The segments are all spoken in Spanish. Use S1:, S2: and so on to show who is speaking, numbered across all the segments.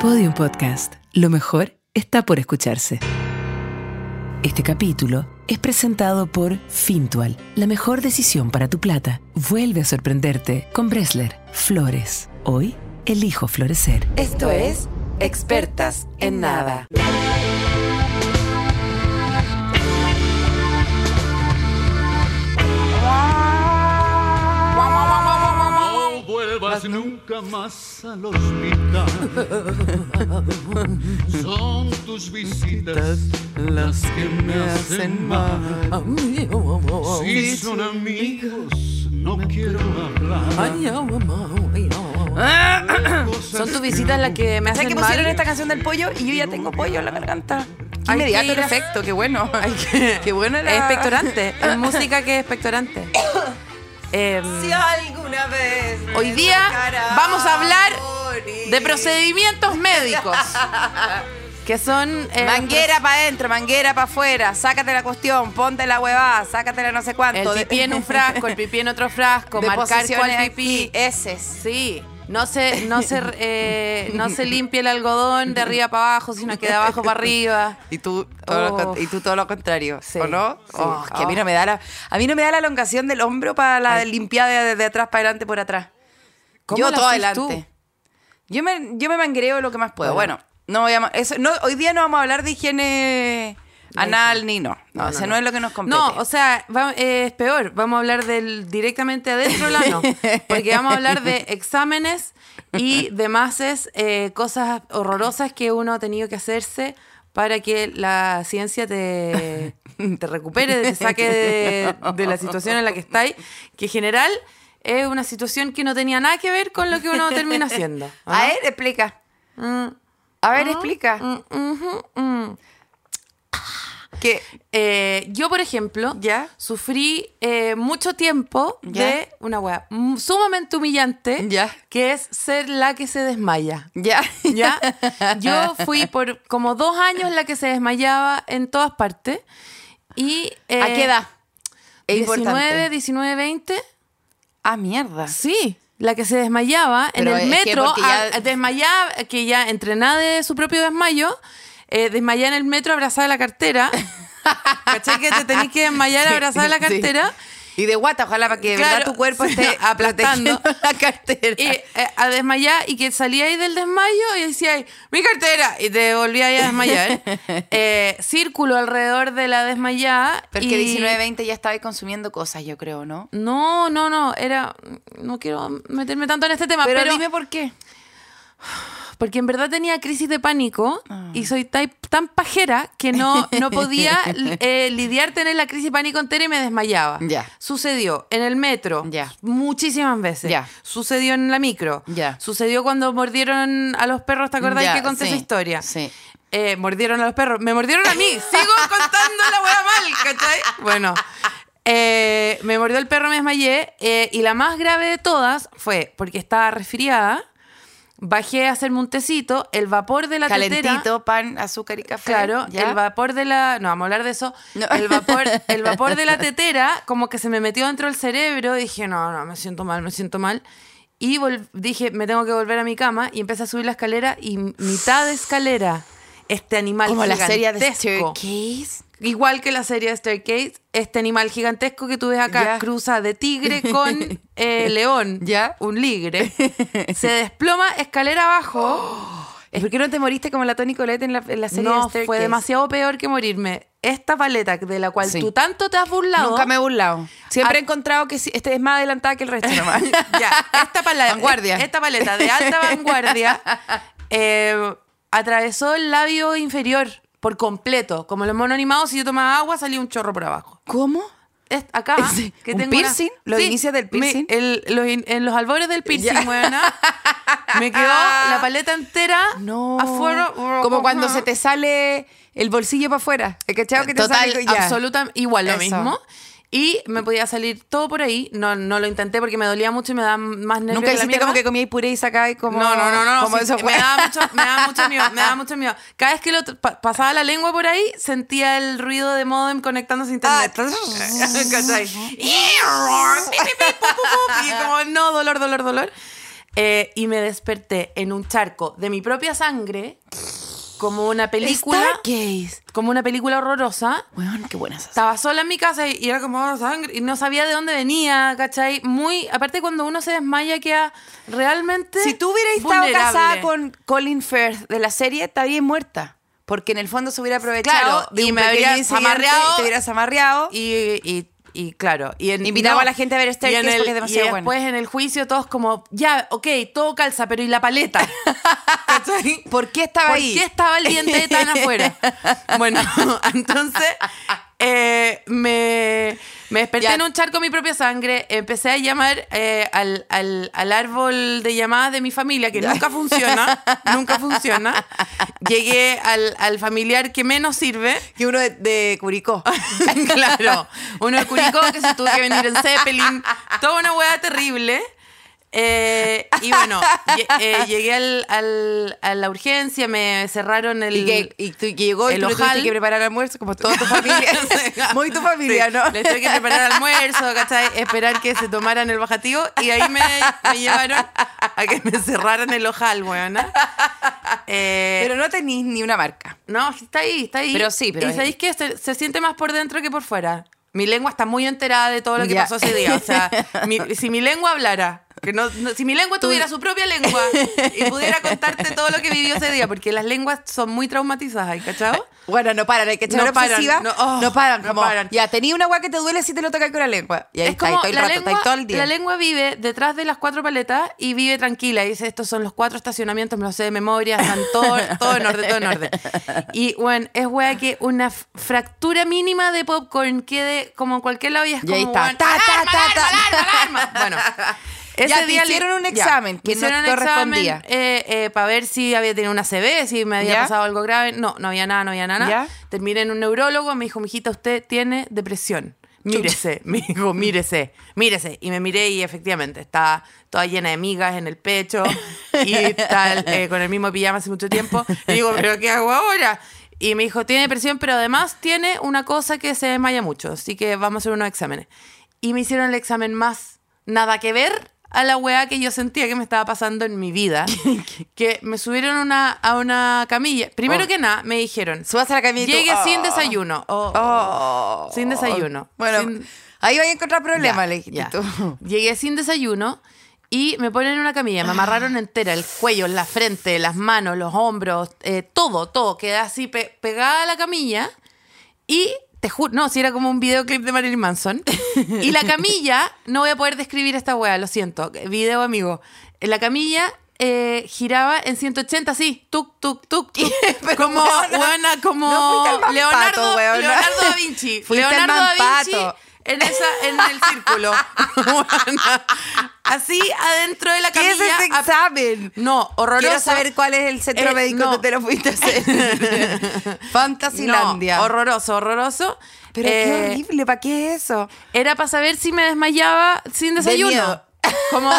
S1: Podium Podcast. Lo mejor está por escucharse. Este capítulo es presentado por Fintual, la mejor decisión para tu plata. Vuelve a sorprenderte con Bresler, Flores. Hoy elijo florecer.
S2: Esto es Expertas en Nada.
S3: No vuelvas nunca más al hospital. Son tus visitas las que me hacen mal. Si son amigos, no quiero hablar.
S2: Son tus visitas las que me hacen
S4: ¿Sabes que
S2: mal.
S4: pusieron esta canción del pollo y yo ya tengo pollo en la garganta? Qué
S2: Hay
S4: inmediato
S2: que
S4: el
S2: ir a-
S4: efecto, qué bueno.
S2: Ay, qué,
S4: Qué bueno la-
S2: Es pectorante. Es música que es pectorante. Em,
S4: alguna vez.
S2: hoy día vamos a hablar de procedimientos médicos. Que son... eh,
S4: Manguera para adentro, manguera para afuera, sácate la cuestión, ponte la huevada, sácate la no sé cuánto.
S2: El pipí en un frasco, el pipí en otro frasco,
S4: De
S2: marcar cuál
S4: posiciones
S2: pipí.
S4: aquí, eh. heces.
S2: Sí, no se, no se, eh, no se limpia el algodón de arriba para abajo, sino que de abajo para arriba.
S4: Y tú, todo lo
S2: Oh.
S4: cont- y tú todo lo contrario,
S2: Sí,
S4: ¿o no?
S2: sí.
S4: Oh, que a mí
S2: Oh.
S4: no me da la, a mí no me da la elongación del hombro para la limpiada de, de atrás para adelante por atrás.
S2: ¿Cómo
S4: yo
S2: la
S4: todo
S2: haces tú?
S4: adelante. Yo me, yo me mangreo lo que más puedo.
S2: Bueno.
S4: Bueno, no voy a ma- eso- no, hoy día no vamos a hablar de higiene anal ni no. No,
S2: No,
S4: ese
S2: no,
S4: no,
S2: no.
S4: es lo que nos compete.
S2: No, o sea, va- eh, es peor. Vamos a hablar del directamente adentro del ano. Porque vamos a hablar de exámenes y demás es, eh, cosas horrorosas que uno ha tenido que hacerse para que la ciencia te, te recupere, te saque de, de la situación en la que estáis, que en general es una situación que no tenía nada que ver con lo que uno termina haciendo. ¿ah? ¿o no?
S4: a ver, explica.
S2: ah,
S4: A ver, explica.
S2: mm,
S4: Que
S2: Eh, yo, por ejemplo,
S4: Ya.
S2: sufrí eh, mucho tiempo
S4: Ya.
S2: de una wea mm, sumamente humillante,
S4: Ya.
S2: que es ser la que se desmaya.
S4: ya,
S2: ¿Ya? Yo fui por como dos años la que se desmayaba en todas partes. Y, eh,
S4: ¿A qué edad? Es
S2: 19,
S4: importante.
S2: 19, 20.
S4: Ah, mierda.
S2: Sí, la que se desmayaba en
S4: Pero
S2: el
S4: es que
S2: metro,
S4: porque ya-
S2: a- a- desmayaba, que ya entrenada de su propio desmayo, eh, desmayada en el metro abrazada de la cartera. ¿Cachai que te tenés que desmayar abrazada de la
S4: Sí.
S2: cartera?
S4: Y de guata, ojalá para que de
S2: Claro,
S4: verdad tu cuerpo
S2: sí,
S4: esté
S2: aplastando.
S4: aplastando la cartera.
S2: Y eh, a desmayar y que salíais del desmayo y decíais, mi cartera, y te volvíais a desmayar. Eh, círculo alrededor de la desmayada.
S4: Porque
S2: y-
S4: 19, 20 ya estaba ahí consumiendo cosas, yo creo, ¿no?
S2: No, no, no, era... No quiero meterme tanto en este tema,
S4: Ah, Pero,
S2: pero...
S4: dime por qué.
S2: Porque en verdad tenía crisis de pánico
S4: Ah.
S2: y soy tai- tan pajera que no, no podía eh, lidiar tener la crisis de pánico entera y me desmayaba.
S4: Ya.
S2: Sucedió en el metro
S4: Ya.
S2: muchísimas veces.
S4: Ya.
S2: Sucedió en la micro.
S4: Ya.
S2: Sucedió cuando mordieron a los perros, ¿te acordás
S4: Ya,
S2: que conté
S4: sí,
S2: esa historia?
S4: sí.
S2: Eh, mordieron a los perros. Me mordieron a mí. Sigo contando la hueá mal, ¿cachai? Bueno. eh, me mordió el perro, me desmayé. eh, y la más grave de todas fue porque estaba resfriada. Bajé a hacerme un tecito. El vapor de la tetera-
S4: Calentito, pan, azúcar y café.
S2: Claro,
S4: ¿ya?
S2: el vapor de la. No, vamos a hablar de eso.
S4: No.
S2: El, vapor, el vapor de la tetera, como que se me metió dentro del cerebro. y Dije, no, no, me siento mal, me siento mal. Y vol- dije, me tengo que volver a mi cama. Y empecé a subir la escalera y m- mitad de escalera, este animal
S4: Como la serie de
S2: gigantesco,
S4: Staircase.
S2: Igual que la serie de Staircase, este animal gigantesco que tú ves acá,
S4: Ya.
S2: cruza de tigre con eh, león.
S4: Ya.
S2: Un ligre. Se desploma escalera abajo.
S4: ¿Es ¿Por qué no te moriste como la Toni Colette en la, en la serie de
S2: No,
S4: Staircase?
S2: fue demasiado peor que morirme. Esta paleta de la cual
S4: Sí.
S2: tú tanto te has burlado.
S4: Nunca me he burlado. Siempre
S2: Ah.
S4: he encontrado que sí, este es más adelantada que el resto nomás.
S2: Ya, esta paleta.
S4: Vanguardia.
S2: Esta paleta de alta vanguardia eh, atravesó el labio inferior por completo. Como los monos animados, si yo tomaba agua, salía un chorro por abajo.
S4: ¿Cómo?
S2: Es- acá,
S4: Eh, Sí,
S2: que
S4: ¿un
S2: tengo una-
S4: piercing? ¿Los inicios del
S2: me-
S4: piercing?
S2: el- los in- en los albores del piercing,
S4: Ya. Ah.
S2: weona, Me quedó la paleta entera
S4: No.
S2: afuera.
S4: Como cuando se te sale el bolsillo para afuera. ¿Cachado que te
S2: Total,
S4: sale? Ya.
S2: absoluta, igual lo
S4: Eso.
S2: mismo. Y me podía salir todo por ahí. No, no lo intenté porque me dolía mucho y me daba más nervios.
S4: Nunca
S2: que la
S4: hiciste como
S2: mierda.
S4: que comía y puré y sacaba y como.
S2: No, no, no, no.
S4: Como
S2: sí,
S4: eso
S2: me, daba mucho, me daba mucho miedo, me daba mucho miedo. Cada vez que lo t- pa- pasaba la lengua por ahí, sentía el ruido de modem conectándose a
S4: Ah,
S2: internet. ¿Cachai? y como, no, dolor, dolor, dolor. Eh, y me desperté en un charco de mi propia sangre, como una película,
S4: Stargaze.
S2: como una película horrorosa.
S4: Weón, qué buenas esas.
S2: Estaba sola en mi casa y, y era como oh, sangre y no sabía de dónde venía, ¿cachai? Muy, aparte cuando uno se desmaya queda realmente
S4: Si tú hubieras estado
S2: vulnerable.
S4: casada con Colin Firth de la serie, estarías muerta. Porque en el fondo se hubiera aprovechado
S2: Claro,
S4: de
S2: y
S4: un
S2: me
S4: pequeño
S2: habría
S4: incidente,
S2: amarreado.
S4: Te hubieras amarreado.
S2: y, y- y claro, y en-
S4: Invitaba a la gente a ver
S2: y
S4: Staircase
S2: en el-
S4: porque es demasiado
S2: y después en el juicio todos como, ya, ok, todo calza, pero ¿y la paleta? ¿Cachai?
S4: ¿Por qué estaba
S2: ¿Por
S4: ahí?
S2: qué estaba el diente de tan afuera? Bueno, entonces eh, me, me desperté
S4: Ya.
S2: en un charco de mi propia sangre, empecé a llamar eh, al, al- al árbol de llamadas de mi familia, que nunca funciona, nunca funciona. Llegué al, al familiar que menos sirve.
S4: Que uno de, de Curicó.
S2: claro, uno de Curicó que se tuvo que venir en Zeppelin, toda una hueá terrible. Eh, y bueno, lle- eh, llegué al- al- a la urgencia, me cerraron el...
S4: y que, y tú- que llegó y
S2: el
S4: tú le tuviste
S2: ojal.
S4: que preparar almuerzo como toda tu familia. Muy tu familia,
S2: Sí,
S4: ¿no?
S2: Les tuve que preparar almuerzo, ¿cachai? Esperar que se tomaran el bajativo y ahí me, me llevaron a que me cerraran el ojal, weona. Eh,
S4: Pero no tenís ni una marca.
S2: no, está ahí, está ahí.
S4: Pero sí, pero-
S2: ¿Y sabéis que se, se siente más por dentro que por fuera? Mi lengua está muy enterada de todo lo que
S4: Ya.
S2: pasó ese día. O sea, mi- si mi lengua hablara, que no, no- si mi lengua tuviera su propia lengua y pudiera contarte todo lo que vivió ese día, porque las lenguas son muy traumatizadas, ¿cachado?
S4: Bueno, no paran, hay que echar
S2: No
S4: una
S2: paran,
S4: obsesiva.
S2: no, oh,
S4: paran,
S2: no
S4: como,
S2: paran.
S4: Ya, tenía una agua que te duele si te lo tocas con la lengua. Y ahí
S2: es
S4: está, ahí
S2: como
S4: todo el
S2: la,
S4: rato, está ahí
S2: lengua,
S4: todo el día.
S2: la lengua vive detrás de las cuatro paletas y vive tranquila. Y dice, estos son los cuatro estacionamientos, me los sé de memoria, están todo, todo en orden, todo en orden. Y, bueno, es wea que una f- fractura mínima de popcorn quede como en cualquier lado y es
S4: Y
S2: como,
S4: ahí está,
S2: weón,
S4: ta, ta,
S2: ¡alarma,
S4: ta,
S2: alarma,
S4: ta!
S2: alarma, alarma! Bueno, ese
S4: Ya, te
S2: día le-
S4: hicieron un
S2: ya,
S4: examen que
S2: me
S4: no
S2: hicieron un
S4: correspondía.
S2: examen, eh, eh, para ver si había tenido una CB, si me había
S4: Ya.
S2: pasado algo grave. No, no había nada, no había nada.
S4: Ya.
S2: Terminé en un neurólogo, me dijo, mijita, usted tiene depresión. Mírese, me dijo, mírese, mírese. Y me miré y efectivamente estaba toda llena de migas en el pecho y tal, eh, con el mismo pijama hace mucho tiempo. Y digo, ¿pero qué hago ahora? Y me dijo, tiene depresión, pero además tiene una cosa que se desmaya mucho, así que vamos a hacer unos exámenes. Y me hicieron el examen más nada que ver a la weá que yo sentía que me estaba pasando en mi vida, que me subieron una, a una camilla. Primero
S4: Oh.
S2: que nada, me dijeron,
S4: Subas a la camilla y tú,
S2: Llegué
S4: oh,
S2: sin desayuno. Oh,
S4: oh.
S2: Sin desayuno.
S4: Bueno,
S2: Sin-
S4: ahí vais a encontrar
S2: ya,
S4: problemas, le dijiste
S2: ya.
S4: tú.
S2: Llegué sin desayuno y me ponen en una camilla. Me amarraron entera el cuello, la frente, las manos, los hombros, eh, todo, todo. Quedé así pe- pegada a la camilla y te juro, no, si era como un videoclip de Marilyn Manson. Y la camilla, no voy a poder describir esta weá, lo siento, video amigo. La camilla eh, giraba en 180 así, tuk, tuk, tuk, tuk. como,
S4: weona,
S2: weona, como
S4: no fuiste al Mampato,
S2: Leonardo,
S4: weona.
S2: Leonardo da Vinci.
S4: Fuiste al
S2: Leonardo da Vinci
S4: Mampato.
S2: en, esa, en el círculo. Weona. así adentro de la
S4: ¿Qué
S2: camilla.
S4: es ese
S2: a-
S4: examen?
S2: No, horroroso.
S4: Quiero saber cuál es el centro
S2: Eh,
S4: médico
S2: no.
S4: donde te lo fuiste a hacer. Fantasilandia.
S2: No, horroroso, horroroso.
S4: Pero
S2: Eh,
S4: qué horrible, ¿para qué es eso?
S2: Era para saber si me desmayaba sin desayuno.
S4: miedo.
S2: Como,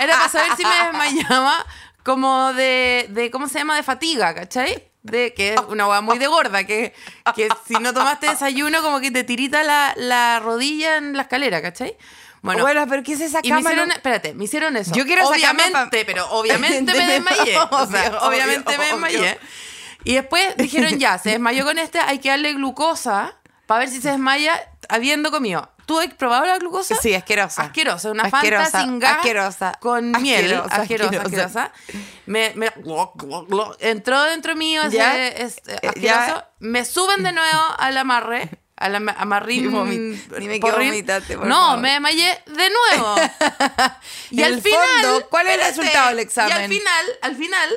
S2: era para saber si me desmayaba como de, de ¿cómo se llama? De fatiga, ¿cachai? De, que es una hueá muy de gorda, que, que si no tomaste desayuno como que te tirita la, la rodilla en la escalera, ¿cachai?
S4: Bueno, pero ¿qué es esa
S2: Y me
S4: cámara?
S2: hicieron, espérate, me hicieron eso.
S4: Yo quiero esa
S2: obviamente,
S4: cama pa-
S2: pero obviamente me desmayé. O sea,
S4: Obvio,
S2: obviamente me
S4: obvio,
S2: desmayé.
S4: obvio.
S2: Y después dijeron, ya, se desmayó con este, hay que darle glucosa para ver si se desmaya habiendo comido. ¿Tú has probado la glucosa?
S4: Sí, asquerosa.
S2: Asquerosa, una
S4: Asquerosa,
S2: fanta sin gas,
S4: asquerosa,
S2: con miel,
S4: asquerosa,
S2: asquerosa, asquerosa.
S4: asquerosa.
S2: Me, me- entró dentro mío ese,
S4: Ya,
S2: es-
S4: eh,
S2: asqueroso.
S4: ya.
S2: Me suben de nuevo al amarre, al ama- amarrín.
S4: Y vomit- dime que
S2: porrín.
S4: vomitaste, por
S2: No,
S4: favor.
S2: me desmayé de nuevo. Y
S4: En
S2: al
S4: el
S2: final,
S4: fondo, ¿cuál es el resultado del examen?
S2: Y al final, al final,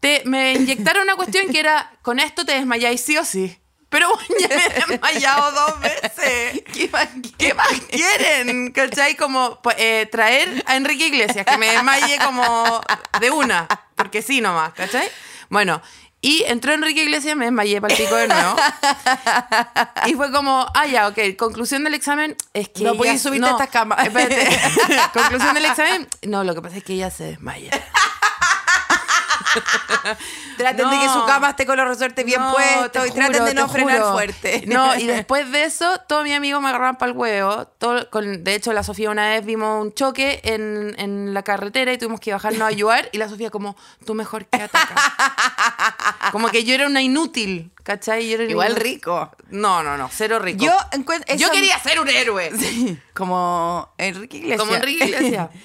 S2: te, me inyectaron una cuestión que era, con esto te desmayáis sí o sí. Pero bueno, ya me he desmayado dos veces.
S4: ¿Qué más quieres?
S2: ¿Qué más quieren? ¿Cachai? Como pues, eh, traer a Enrique Iglesias, que me desmaye como de una, porque sí nomás, ¿cachai? Bueno, y entró Enrique Iglesias, me desmayé para el pico de nuevo. Y fue como, ah, ya, ok, conclusión del examen es que.
S4: No
S2: ella-
S4: podías subirte a estas camas.
S2: Espérate. conclusión del examen, no, lo que pasa es que ella se desmaya.
S4: Traten de que su
S2: No.
S4: cama esté con los resortes bien
S2: No,
S4: puestos
S2: te
S4: y traten
S2: juro,
S4: de no
S2: te
S4: frenar
S2: juro.
S4: fuerte.
S2: No, y después de eso, todos mis amigos me agarraban para el huevo. Todo, con, de hecho, la Sofía una vez vimos un choque en, en la carretera y tuvimos que bajarnos a ayudar. Y la Sofía como, tú mejor que acá. como que yo era una inútil, ¿cachai? Yo era
S4: Igual
S2: inútil.
S4: rico.
S2: No, no, no, cero rico.
S4: Yo encuentro.
S2: Yo quería ser un héroe.
S4: Como Enrique Iglesias.
S2: Como Enrique Iglesias.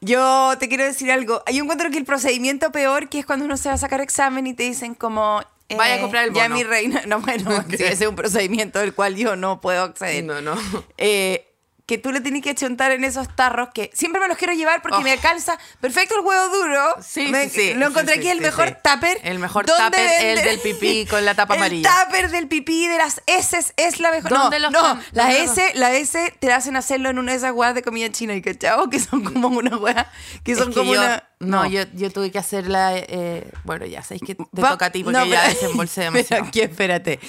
S4: Yo te quiero decir algo. Yo encuentro que el procedimiento peor que es cuando uno se va a sacar examen y te dicen como... eh,
S2: Vaya a comprar el
S4: Ya
S2: bono.
S4: mi reina... No, bueno,
S2: Ok.
S4: sí, ese es un procedimiento del cual yo no puedo acceder.
S2: No, no.
S4: Eh, que tú le tienes que chontar en esos tarros que siempre me los quiero llevar porque
S2: Oh.
S4: me alcanza perfecto el huevo duro.
S2: Sí,
S4: Me-
S2: sí, sí,
S4: Lo
S2: sí,
S4: encontré
S2: sí,
S4: aquí, el
S2: sí,
S4: mejor
S2: sí.
S4: tupper.
S2: El mejor
S4: ¿Dónde
S2: tupper, el
S4: venden?
S2: del pipí con la tapa amarilla.
S4: El tupper del pipí, de las S es la mejor.
S2: ¿Dónde
S4: no,
S2: los
S4: no,
S2: con-
S4: la
S2: dónde los-
S4: S la S te la hacen hacerlo en una de esas guas de comida china y cachao, que son como una guas
S2: Mm.
S4: que
S2: Es
S4: son
S2: que
S4: como
S2: yo-
S4: una.
S2: No, yo, yo tuve que hacer la... eh, bueno, ya sabéis que te
S4: Va-
S2: toca a ti porque
S4: no,
S2: ya
S4: pero-
S2: desembolsé
S4: pero
S2: demasiado.
S4: aquí, espérate.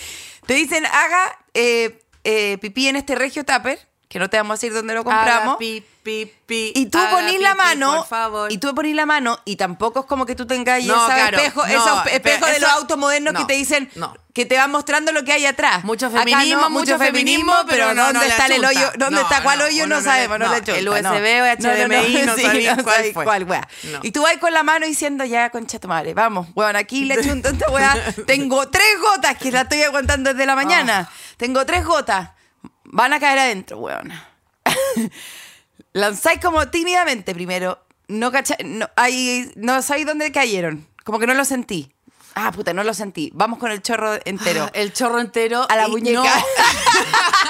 S4: Te dicen, haga eh, eh, pipí en este regio tupper, que no te vamos a decir dónde lo compramos.
S2: Haga pi, pi, pi,
S4: y tú
S2: haga
S4: ponís la
S2: pi, pi,
S4: mano,
S2: por favor.
S4: y tú ponís la mano, y tampoco es como que tú tengas ahí
S2: No,
S4: esos
S2: claro,
S4: espejos,
S2: no,
S4: esos espejos
S2: pero
S4: de los
S2: eso-
S4: autos modernos
S2: no,
S4: que te dicen
S2: no.
S4: que te van mostrando lo que hay atrás.
S2: Mucho
S4: Acá no,
S2: feminismo, mucho feminismo, pero no,
S4: ¿dónde
S2: no le
S4: está el
S2: achunta.
S4: hoyo? ¿Dónde
S2: No,
S4: está cuál
S2: no,
S4: hoyo?
S2: uno
S4: No,
S2: no le-
S4: sabemos, no,
S2: no,
S4: le
S2: el
S4: achunta,
S2: USB o HDMI, no sabía cuál fue.
S4: weá.
S2: No.
S4: Y tú vas con la mano diciendo, ya, concha tu madre, vamos, weón, aquí le chunto esta weá. Tengo tres gotas que la estoy aguantando desde la mañana.
S2: Ah.
S4: Tengo tres gotas. Van a caer adentro, weón. Lanzáis como tímidamente primero. No cacha, no, ahí, no sabéis dónde cayeron. Como que no lo sentí. Ah, puta, no lo sentí. Vamos con el chorro entero.
S2: el chorro entero
S4: A la
S2: y
S4: muñeca.
S2: no.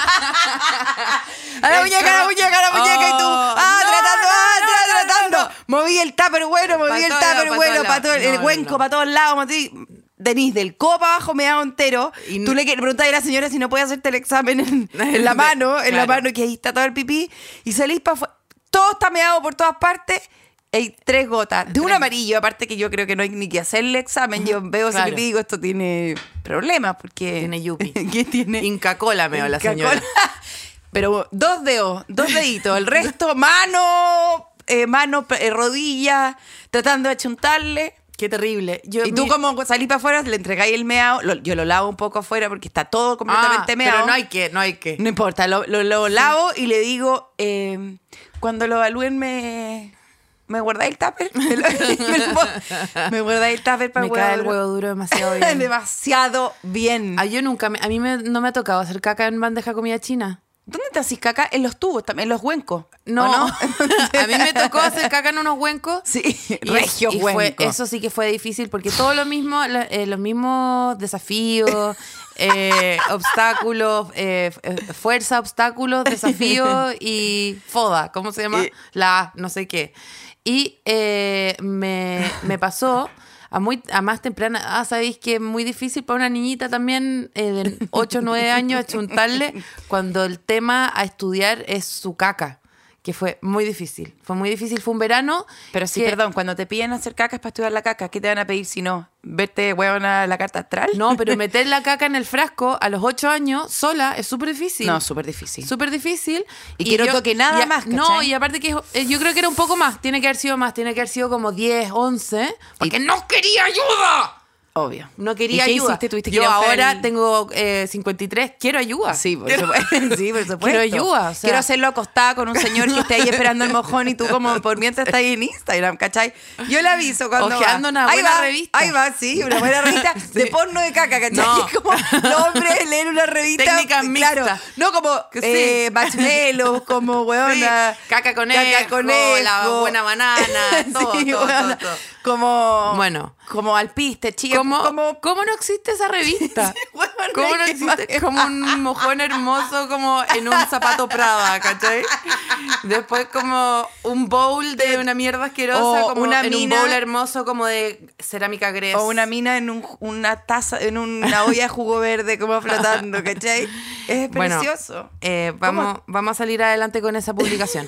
S4: A la
S2: El
S4: muñeca, a la
S2: chorro-
S4: muñeca, a la muñeca. Y tú,
S2: Oh.
S4: ah,
S2: No,
S4: tratando,
S2: no,
S4: ah,
S2: no,
S4: tra-
S2: no,
S4: tratando. Moví el tupper bueno, moví
S2: Pa'
S4: el
S2: todo lado,
S4: tupper
S2: pa'
S4: bueno,
S2: todo
S4: para
S2: lado.
S4: todo,
S2: No,
S4: el
S2: no,
S4: cuenco,
S2: no.
S4: para todos lados. Matí. Denise, del copa abajo me daba entero.
S2: Y
S4: tú
S2: no-
S4: le que- le preguntás a la señora si no puede hacerte el examen en, en la mano, en la
S2: Claro.
S4: mano, que ahí está todo el pipí. Y salís para afuera. Todo está meado por todas partes. Hay tres gotas. De un amarillo, aparte que yo creo que no hay ni que hacer el examen. Yo veo ese
S2: Claro.
S4: pipí y digo, esto tiene problemas porque...
S2: Tiene yupi.
S4: ¿Qué tiene?
S2: Inca cola me dio la
S4: Inca
S2: señora.
S4: Cola. Pero dos dedos, dos deditos. El resto, mano, eh, mano, eh, rodilla, tratando de achuntarle.
S2: Qué terrible. Yo,
S4: Y tú
S2: mi-
S4: como salís para afuera, le entregáis el meao. lo- yo lo lavo un poco afuera porque está todo
S2: Ah,
S4: completamente meao.
S2: Pero no hay que, no hay que.
S4: No importa, lo, lo- lo lavo y le digo, eh, cuando lo evalúen me... ¿Me guardáis el tupper? Me, lo- me lo pon- me guardáis el tupper para
S2: me cae el huevo duro demasiado bien.
S4: Demasiado bien.
S2: Ah, yo nunca, me- a mí me- no me ha tocado hacer caca en bandeja de comida china.
S4: ¿Dónde te haces caca? En los tubos, también en los huencos. ¿o
S2: No, a mí me tocó hacer caca en unos huencos.
S4: Sí,
S2: Y-
S4: regio
S2: y fue-
S4: huenco.
S2: eso sí que fue difícil porque todo lo mismo, la- eh, los mismos desafíos, eh, obstáculos, eh, f- eh, fuerza, obstáculos, desafíos y foda, ¿cómo se llama?
S4: Y-
S2: La A, no sé qué. Y eh, me, me pasó a, muy, a más temprana, ah, sabéis que es muy difícil para una niñita también eh, de 8 o 9 años achuntarle cuando el tema a estudiar es su caca. Que fue muy difícil. Fue muy difícil. Fue un verano.
S4: Pero sí,
S2: que-
S4: perdón, cuando te piden hacer caca es para estudiar la caca. ¿Qué te van a pedir si no? ¿Verte, huevona, la carta astral?
S2: No, pero meter la caca en el frasco a los ocho años sola es súper difícil.
S4: No, súper difícil.
S2: Súper difícil.
S4: Y que no toque nada
S2: y a-
S4: más, ¿cachai?
S2: No, y aparte que es- eh, yo creo que era un poco más. Tiene que haber sido más. Tiene que haber sido como 10, 11. Porque no quería ayuda.
S4: Obvio.
S2: No quería
S4: ¿Y qué
S2: ayuda.
S4: hiciste? ¿Tuviste que
S2: yo
S4: ir a buscar
S2: ahora
S4: el-
S2: tengo eh, 53. Quiero ayuda.
S4: Sí, por
S2: Quiero-
S4: supuesto. Sí, por supuesto.
S2: ayuda, o sea.
S4: Quiero hacerlo acostada con un señor que esté ahí esperando el mojón y tú como por mientras estás ahí en Instagram, ¿cachai? Yo le aviso cuando
S2: Ojeando
S4: va.
S2: una
S4: ahí
S2: buena
S4: va,
S2: revista.
S4: Ahí va, sí, una buena revista de porno de caca, ¿cachai?
S2: No.
S4: Que es como los hombres leen una revista. eh,
S2: Técnicas
S4: Claro.
S2: mixtas.
S4: No como
S2: Que sí.
S4: eh, bachuelos, como hueona.
S2: Sí, caca conejo, la buena banana, todo, todo, todo,
S4: hueona.
S2: todo.
S4: Como,
S2: Bueno.
S4: como alpiste, chico.
S2: ¿Cómo,
S4: como
S2: cómo no existe esa revista?
S4: bueno,
S2: ¿Cómo
S4: hay
S2: no
S4: que
S2: existe?
S4: imaginar.
S2: Como un mojón hermoso como en un zapato Prada, ¿cachai? Después como un bowl de una mierda asquerosa,
S4: O
S2: como
S4: una
S2: en
S4: mina-
S2: un bowl hermoso como de cerámica gres.
S4: O una mina en un- una taza, en una olla de jugo verde, como flotando, ¿cachai? Es
S2: Bueno,
S4: precioso.
S2: eh, vamos, vamos a salir adelante con esa publicación.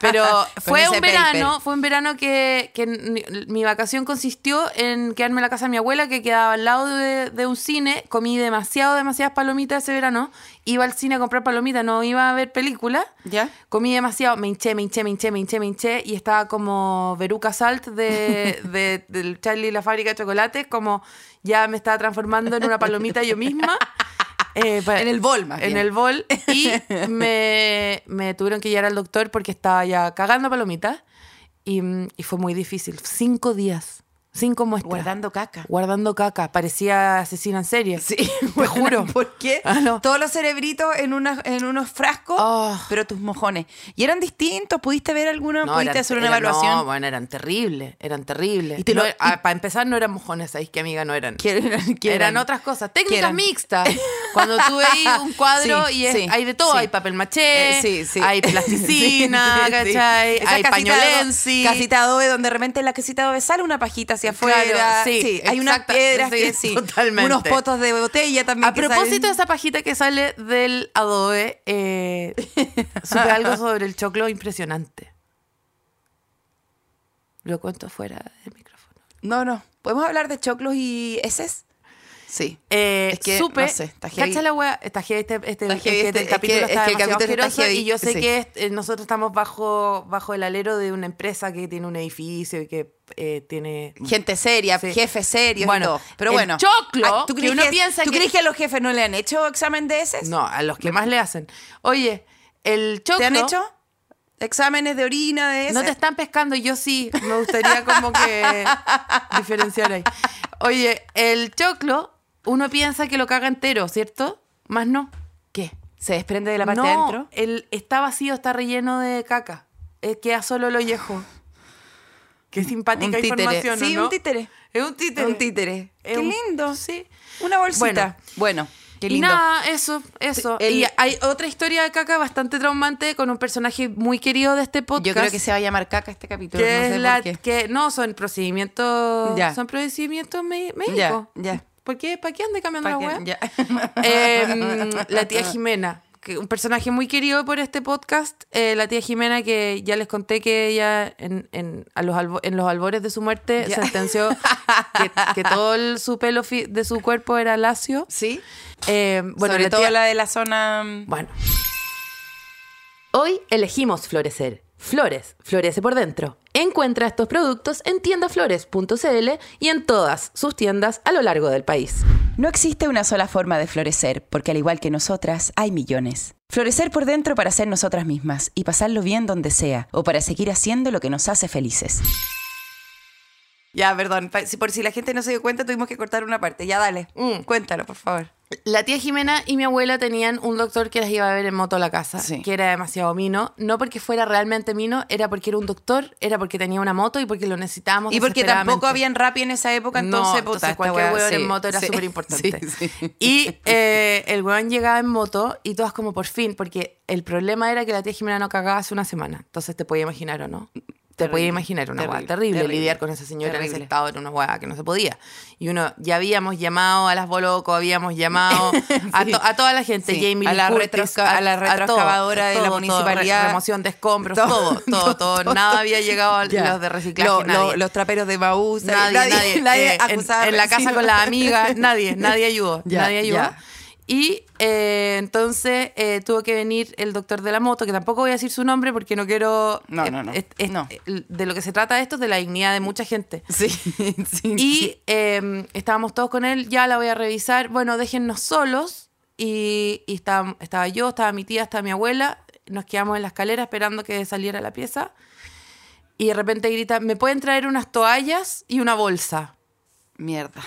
S2: Pero
S4: Con
S2: fue
S4: ese
S2: un
S4: paper.
S2: verano, fue un verano que, que mi, mi vacación consistió en quedarme en la casa de mi abuela, que quedaba al lado de, de un cine. Comí demasiado, demasiadas palomitas ese verano. Iba al cine a comprar palomitas, no iba a ver películas.
S4: ¿Ya?
S2: Comí demasiado, me hinché, me hinché, me hinché, me hinché, me hinché. Y estaba como Veruca Salt de, de- del Charlie y la fábrica de chocolates, como ya me estaba transformando en una palomita yo misma. Eh, pa-
S4: En el bol, más
S2: En
S4: bien.
S2: el bol. Y me, me tuvieron que llevar al doctor porque estaba ya cagando palomitas. Y, mm, y fue muy difícil. Cinco días. Cinco muestras.
S4: Guardando caca.
S2: Guardando caca. Parecía asesina en serie.
S4: Sí,
S2: Te
S4: bueno,
S2: juro.
S4: ¿Por qué?
S2: Ah, no.
S4: Todos los cerebritos en, una- en unos frascos,
S2: Ah.
S4: pero tus mojones. ¿Y eran distintos? ¿Pudiste ver alguno?
S2: No,
S4: ¿Pudiste
S2: eran-
S4: hacer una
S2: eran-
S4: evaluación?
S2: No, bueno, eran terribles, eran terribles.
S4: Y te lo- y-
S2: para empezar no eran mojones, ¿sabéis qué amiga? No eran.
S4: ¿Qué eran? ¿Qué
S2: eran
S4: eran?
S2: otras cosas.
S4: ¿Qué
S2: Técnicas
S4: eran?
S2: mixtas. Cuando tú veis un cuadro
S4: Sí,
S2: y es-
S4: sí,
S2: hay de todo.
S4: sí.
S2: Hay papel maché,
S4: Eh, sí, sí.
S2: hay plasticina,
S4: Sí, sí, sí.
S2: ¿cachai?
S4: Esas
S2: Hay
S4: casitas
S2: pañolensi.
S4: adobe- Casita adobe, donde de repente en la casita adobe sale una pajita hacia
S2: Claro,
S4: afuera.
S2: sí,
S4: hay unas
S2: exacta-
S4: piedras
S2: sí,
S4: que sí.
S2: totalmente.
S4: Unos potos de botella también.
S2: A
S4: que salen.
S2: propósito de esa pajita que sale del adobe, eh, supe algo sobre el choclo impresionante. Lo cuento fuera del micrófono.
S4: No, no. ¿Podemos hablar de choclos y heces? Sí.
S2: Eh,
S4: Es que,
S2: supe,
S4: no sé, está heavy.
S2: cacha la wea, está heavy este, este-
S4: Está heavy
S2: es que
S4: este-
S2: el
S4: es
S2: capítulo
S4: que-
S2: está
S4: es que el
S2: demasiado
S4: capítulo está
S2: asqueroso
S4: heavy,
S2: y yo sé
S4: sí.
S2: que es- eh, nosotros estamos bajo, bajo el alero de una empresa que tiene un edificio y que eh, tiene...
S4: Gente seria,
S2: Sí.
S4: jefes serios
S2: Bueno,
S4: y todo. Pero
S2: el
S4: Mm. bueno.
S2: choclo,
S4: Ah, ¿tú
S2: que
S4: crees
S2: uno piensa
S4: ¿tú
S2: que-
S4: crees que a los jefes no le han hecho examen de heces?
S2: No, a los que más le hacen. Oye, el choclo...
S4: ¿Te han hecho exámenes de orina de heces?
S2: No te están pescando, yo sí. Me gustaría como que diferenciar ahí. Oye, el choclo, uno piensa que lo caga entero, ¿cierto? Más no. ¿Qué?
S4: ¿Se desprende de la parte
S2: no,
S4: de adentro?
S2: El, está vacío, está relleno de caca. Eh, queda solo el ollejo. Qué simpática
S4: Un títere.
S2: información, ¿o
S4: Sí,
S2: no?
S4: un títere.
S2: Es un títere.
S4: Un títere.
S2: Es
S4: Qué
S2: un-
S4: lindo.
S2: Sí.
S4: Una bolsita. Bueno, qué
S2: Y
S4: lindo.
S2: nada, eso, eso.
S4: El-
S2: y hay otra historia de caca bastante traumante con un personaje muy querido de este podcast.
S4: Yo creo que se va a llamar caca este capítulo.
S2: que
S4: no
S2: es
S4: sé
S2: la-
S4: por qué.
S2: que no son procedimientos
S4: Ya.
S2: son procedimientos me- médicos
S4: Ya, ya.
S2: ¿Por qué? ¿Para qué ande cambiando
S4: Pa'
S2: la
S4: que-
S2: web?
S4: ya.
S2: Em, la tía Jimena, que un personaje muy querido por este podcast, eh, la tía Jimena que ya les conté que ella en, en- a los, albo- en los albores de su muerte
S4: Ya.
S2: sentenció que, que todo el- su pelo fi- de su cuerpo era lacio.
S4: Sí.
S2: Eh,
S4: Bueno,
S2: bueno,
S4: Sobre
S2: la
S4: todo
S2: tía-
S4: la de la zona. mm,
S2: bueno. Hoy elegimos florecer. Flores, florece por dentro. Encuentra estos productos en tiendaflores.cl y en todas sus tiendas a lo largo del país.
S4: No existe una sola forma de florecer, porque al igual que nosotras, hay millones. Florecer por dentro para ser nosotras mismas y pasarlo bien donde sea, o para seguir haciendo lo que nos hace felices. Ya, perdón, pa- si- por si la gente no se dio cuenta, tuvimos que cortar una parte. Ya, dale,
S2: Mm.
S4: cuéntalo, por favor.
S2: La tía Jimena y mi abuela tenían un doctor que las iba a ver en moto a la casa,
S4: Sí.
S2: que era demasiado mino. No porque fuera realmente mino, era porque era un doctor, era porque tenía una moto y porque lo necesitábamos.
S4: Y porque
S2: desesperadamente.
S4: tampoco habían rap en esa época, entonces,
S2: no,
S4: puta, esta
S2: cualquier
S4: weá,
S2: hueón
S4: sí,
S2: en moto era
S4: sí,
S2: súper importante.
S4: sí, sí.
S2: Y eh, el hueón llegaba en moto y todas como por fin, porque el problema era que la tía Jimena no cagaba hace una semana. Entonces te podía imaginar o no. Te podía imaginar una hueá
S4: terrible,
S2: terrible,
S4: terrible,
S2: lidiar con esa señora en ese
S4: terrible.
S2: estado era una hueá que no se podía. Y uno, ya habíamos llamado a las Boloco, habíamos llamado a, to- a toda la gente,
S4: Sí,
S2: Jamie
S4: a
S2: Lee
S4: la
S2: Curtis,
S4: retrosca- a la
S2: todo,
S4: retroexcavadora de la
S2: todo, todo, re-
S4: municipalidad.
S2: remoción de escombros,
S4: Todo,
S2: todo, todo, todo,
S4: todo, todo.
S2: nada había llegado a
S4: Ya.
S2: los de reciclaje.
S4: Lo- lo-
S2: nadie.
S4: los traperos de Maús,
S2: Nadie, nadie, eh, en-
S4: acusaba
S2: en, la
S4: recién.
S2: casa con las amigas, nadie, nadie ayudó,
S4: Ya,
S2: nadie ayudó.
S4: ya.
S2: Y eh, entonces eh, tuvo que venir el doctor de la moto, que tampoco voy a decir su nombre porque no quiero...
S4: No,
S2: eh,
S4: no, no,
S2: es- es-
S4: no.
S2: De lo que se trata esto es de la dignidad de mucha gente.
S4: Sí, sí.
S2: Y eh, estábamos todos con él, ya la voy a revisar. Bueno, déjennos solos. Y, y estaba, estaba yo, estaba mi tía, estaba mi abuela. Nos quedamos en la escalera esperando que saliera la pieza. Y de repente grita, ¿me pueden traer unas toallas y una bolsa?
S4: Mierda.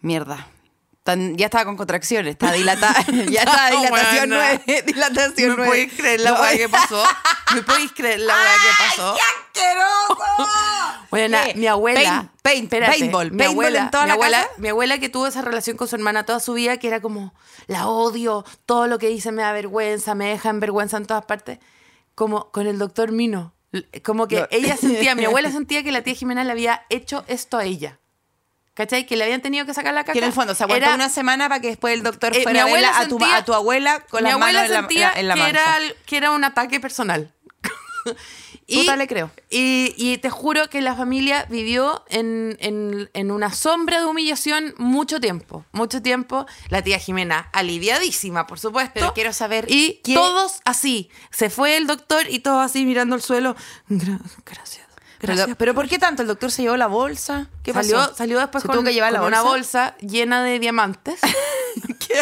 S4: Mierda. Tan- ya estaba con contracciones, estaba dilatada. ya estaba
S2: No,
S4: dilatación
S2: buena.
S4: 9. Dilatación
S2: ¿Me
S4: 9.
S2: podéis creer la weá que pasó? ¿Me podéis creer Eh, la weá que pasó?
S4: ¡Qué asqueroso!
S2: Bueno,
S4: ¿Qué?
S2: mi abuela.
S4: Paint, paint,
S2: espérate,
S4: paintball.
S2: mi
S4: paintball
S2: abuela,
S4: en toda
S2: mi
S4: la
S2: abuela,
S4: casa.
S2: mi abuela que tuvo esa relación con su hermana toda su vida, que era como, la odio, todo lo que dice me da vergüenza, me deja en vergüenza en todas partes. Como con el doctor Mino. L- Como que
S4: No.
S2: ella sentía, mi abuela sentía que la tía Jimena le había hecho esto a ella. ¿Cachai? Que le habían tenido que sacar la caca.
S4: Que en el fondo se aguantó
S2: Era-
S4: una semana para que después el doctor
S2: eh, mi
S4: fuera a
S2: abuela
S4: verla a tu, ma-
S2: sentía-
S4: a tu abuela con
S2: mi
S4: las
S2: abuela
S4: manos en la,
S2: sentía
S4: en la
S2: que,
S4: manga.
S2: era, al- que era un ataque personal. Y-
S4: Puta, le creo.
S2: Y, y te juro que la familia vivió en, en- en una sombra de humillación mucho tiempo, mucho tiempo. La tía Jimena, aliviadísima, por supuesto.
S4: Pero quiero saber
S2: Y
S4: qué-
S2: todos así. Se fue el doctor y todos así mirando al suelo. Gra- Gracias.
S4: Pero,
S2: Gracias.
S4: pero ¿por qué tanto? ¿El doctor se llevó la bolsa? ¿Qué pasó?
S2: salió, salió después
S4: ¿Se
S2: con,
S4: tuvo que llevar la
S2: con una
S4: bolsa?
S2: bolsa llena de diamantes.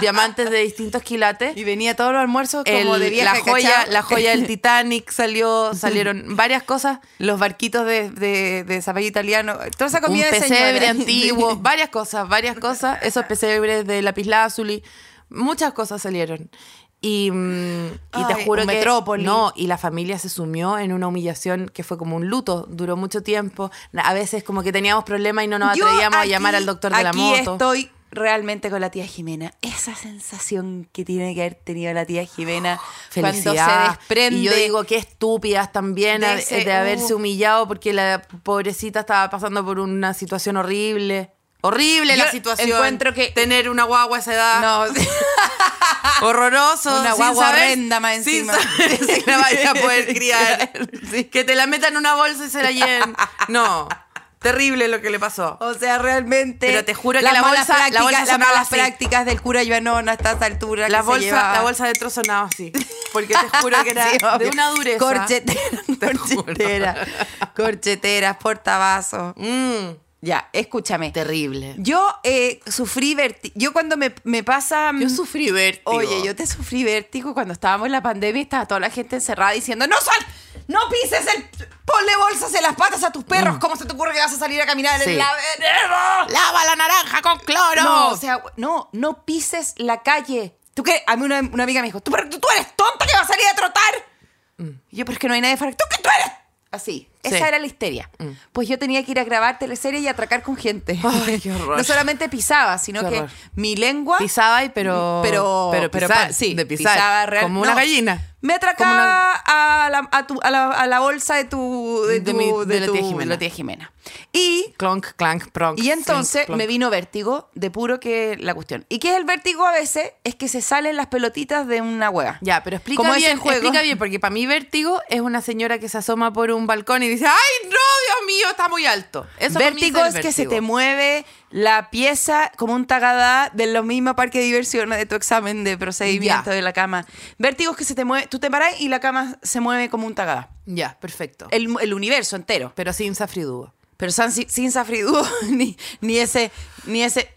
S2: diamantes de distintos quilates.
S4: Y venía todos los almuerzos como
S2: El-
S4: de vieja,
S2: la joya,
S4: ¿cachai?
S2: la joya del Titanic salió, salieron varias cosas.
S4: Los barquitos de, de, de zapallo italiano. Toda esa
S2: un
S4: comida de
S2: pesebre
S4: señora.
S2: antiguo, varias cosas, varias cosas. Esos pesebres de lapislázuli, muchas cosas salieron. Y, mm, y te
S4: Ay,
S2: juro
S4: un
S2: que
S4: Metrópoli.
S2: no, y la familia se sumió en una humillación que fue como un luto, duró mucho tiempo. A veces como que teníamos problemas y no nos
S4: Yo
S2: atrevíamos a
S4: aquí-
S2: llamar al doctor de la moto.
S4: Aquí estoy realmente con la tía Jimena. Esa sensación que tiene que haber tenido la tía Jimena cuando se
S2: felicidad.
S4: desprende.
S2: Y yo digo, qué estúpidas también
S4: de
S2: a- de,
S4: ese-
S2: haberse
S4: uh.
S2: humillado porque la pobrecita estaba pasando por una situación horrible. Horrible la
S4: Yo
S2: situación.
S4: encuentro que-
S2: Tener una guagua a esa edad.
S4: no,
S2: Horroroso.
S4: Una
S2: sin
S4: guagua
S2: saber-
S4: horrenda más
S2: sin
S4: encima.
S2: saber si la vaya a poder criar.
S4: Sí.
S2: Que te la metan en una bolsa y se la lleven. No. Terrible lo que le pasó.
S4: o sea, realmente.
S2: Pero te juro que
S4: las
S2: la
S4: malas
S2: bolsa- la
S4: prácticas-
S2: bolsa
S4: las
S2: sonaba
S4: malas
S2: así.
S4: prácticas del cura Joanona a esta altura.
S2: La
S4: que se
S2: bolsa,
S4: llevaba.
S2: la bolsa de sonaba así. Porque te juro que era
S4: Ah, Sí,
S2: de
S4: obvio.
S2: una dureza.
S4: Corchetera, corchetera, corcheteras, portavasos.
S2: Mm,
S4: Ya, escúchame.
S2: terrible.
S4: Yo eh, sufrí verti- Yo cuando me, me pasa. mm,
S2: Yo sufrí vértigo.
S4: Oye, yo te sufrí vértigo cuando estábamos en la pandemia y estaba toda la gente encerrada diciendo: ¡No sal! ¡No pises el. Ponle bolsas en las patas a tus perros! ¿Cómo se te ocurre que vas a salir a caminar
S2: Mm. Sí.
S4: en la vereda?
S2: ¡Lava la naranja con cloro!
S4: No, o sea, no, no pises la calle. ¿Tú qué? A mí una, una amiga me dijo, ¿Tú, pero tú, tú eres tonta que vas a salir a trotar. Y yo, pero es que no hay nadie fuera. ¿Tú qué tú eres? Así. Esa
S2: Mm. Sí. Mm.
S4: era la histeria. Pues yo tenía que ir a grabar teleseries y atracar con gente.
S2: Ay, qué horror.
S4: No solamente pisaba, sino
S2: Qué
S4: que
S2: horror.
S4: mi lengua.
S2: pisaba y pero...
S4: Pero,
S2: pisar,
S4: pa- sí,
S2: de pisar.
S4: pisaba real-
S2: Como una
S4: no.
S2: gallina.
S4: Me atracaba
S2: Como una-
S4: a, la, a, tu- a la, a la bolsa de tu. De,
S2: De
S4: tu-
S2: mi- de la
S4: tu-
S2: tía Jimena.
S4: la tía Jimena. Y
S2: Clonk, clank, pronk.
S4: y entonces
S2: clink, plonk.
S4: me vino vértigo de puro que la cuestión. ¿Y qué es el vértigo a veces? Es que se salen las pelotitas de una hueá.
S2: Ya, pero explica
S4: Como ese
S2: bien,
S4: juego.
S2: explica bien, porque para mí vértigo es una señora que se asoma por un balcón y dice ¡Ay, no, Dios mío, está muy alto! Eso para mí
S4: vértigo
S2: el
S4: es que se
S2: vértigo.
S4: te mueve la pieza como un tagadá de los mismos parques de diversiones de tu examen de procedimiento
S2: Ya.
S4: de la cama. Vértigo es que se te mueve, tú te parás y la cama se mueve como un tagadá.
S2: Ya, perfecto.
S4: El, el universo entero.
S2: Pero sin safridugo.
S4: Pero san- sin, sin safridú, ni, ni ese, ni ese.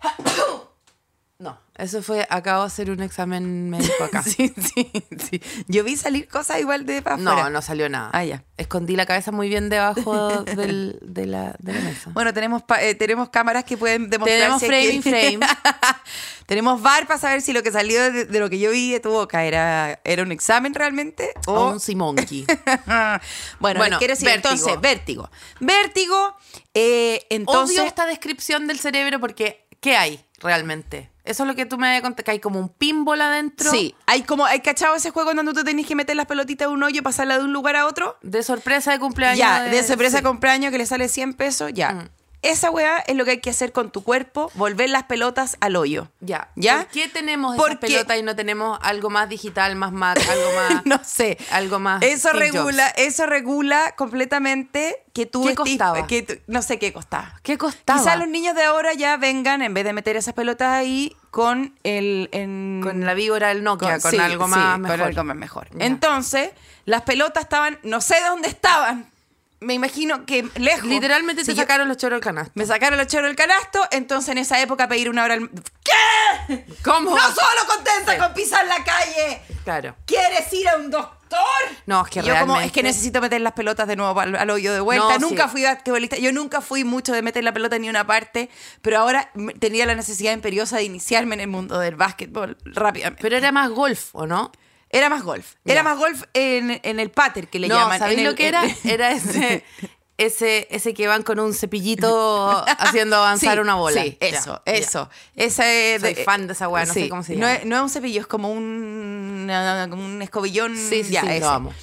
S2: No, eso fue, acabo de hacer un examen médico acá.
S4: Sí, sí, sí. Yo vi salir cosas igual de para
S2: No,
S4: afuera.
S2: no salió nada.
S4: Ah, ya.
S2: Escondí la cabeza muy bien debajo del- de, la, de la mesa.
S4: Bueno, tenemos, pa- eh, tenemos cámaras que pueden demostrar.
S2: Tenemos
S4: si es
S2: frame
S4: que-
S2: in frame.
S4: tenemos VAR para saber si lo que salió de, de lo que yo vi de tu boca era, era un examen realmente
S2: O
S4: o.
S2: un simonki.
S4: bueno,
S2: Bueno,
S4: les quiero decir,
S2: vértigo.
S4: entonces, vértigo. Vértigo, eh, entonces.
S2: Odio esta descripción del cerebro porque ¿qué hay realmente? Eso es lo que tú me contaste, que hay como un pinball adentro.
S4: Sí, hay como, hay cachado ese juego en donde tú tenés que meter las pelotitas de un hoyo y pasarla de un lugar a otro.
S2: De sorpresa de cumpleaños.
S4: ya, de sorpresa
S2: sí.
S4: con cumpleaños que le sale 100 pesos, ya.
S2: Mm.
S4: Esa weá es lo que hay que hacer con tu cuerpo, volver las pelotas al hoyo.
S2: Ya.
S4: ¿Ya?
S2: ¿Por qué tenemos esa
S4: Porque-
S2: pelota y no tenemos algo más digital, más Mac, algo más...
S4: no sé.
S2: Algo más...
S4: Eso
S2: Steve Jobs?
S4: regula, eso regula completamente que tú
S2: ¿Qué
S4: estés-
S2: costaba?
S4: que tú- no sé qué costaba.
S2: ¿Qué costaba?
S4: Quizás los niños de ahora ya vengan en vez de meter esas pelotas ahí con el en-
S2: Con la víbora del Nokia, con,
S4: sí,
S2: algo
S4: sí,
S2: más mejor.
S4: con algo más mejor.
S2: Ya.
S4: Entonces, las pelotas estaban, no sé dónde estaban. Me imagino que lejos.
S2: Literalmente
S4: Si
S2: te
S4: yo-
S2: sacaron los choros del canasto.
S4: me sacaron los choros del canasto, entonces en esa época pedir una hora al-
S2: ¿Cómo?
S4: No solo contenta
S2: Sí.
S4: con pisar la calle,
S2: Claro.
S4: ¿Quieres ir a un doctor?
S2: No, es que
S4: Y yo como, es
S2: realmente-
S4: que necesito meter las pelotas de nuevo al, al hoyo de vuelta.
S2: No,
S4: nunca
S2: sí.
S4: fui basquetbolista. Yo nunca fui mucho de meter la pelota ni una parte, pero ahora m- tenía la necesidad imperiosa de iniciarme en el mundo del básquetbol rápidamente.
S2: Pero era más golf, ¿o no?
S4: era más golf. Era
S2: Ya.
S4: más golf en, en el pater que le
S2: no,
S4: llaman.
S2: ¿sabéis
S4: en el-
S2: lo que era?
S4: en-
S2: Era ese, ese, ese que van con un cepillito haciendo avanzar
S4: Ah, Sí,
S2: una bola.
S4: sí,
S2: Ya,
S4: eso,
S2: ya.
S4: eso. Ese
S2: Soy fan de esa weá, no sé
S4: sí.
S2: cómo se
S4: No
S2: llama.
S4: es, no es un cepillo, es como un, como un escobillón.
S2: Sí, sí,
S4: ya,
S2: Mm, sí,
S4: ese.
S2: lo amo.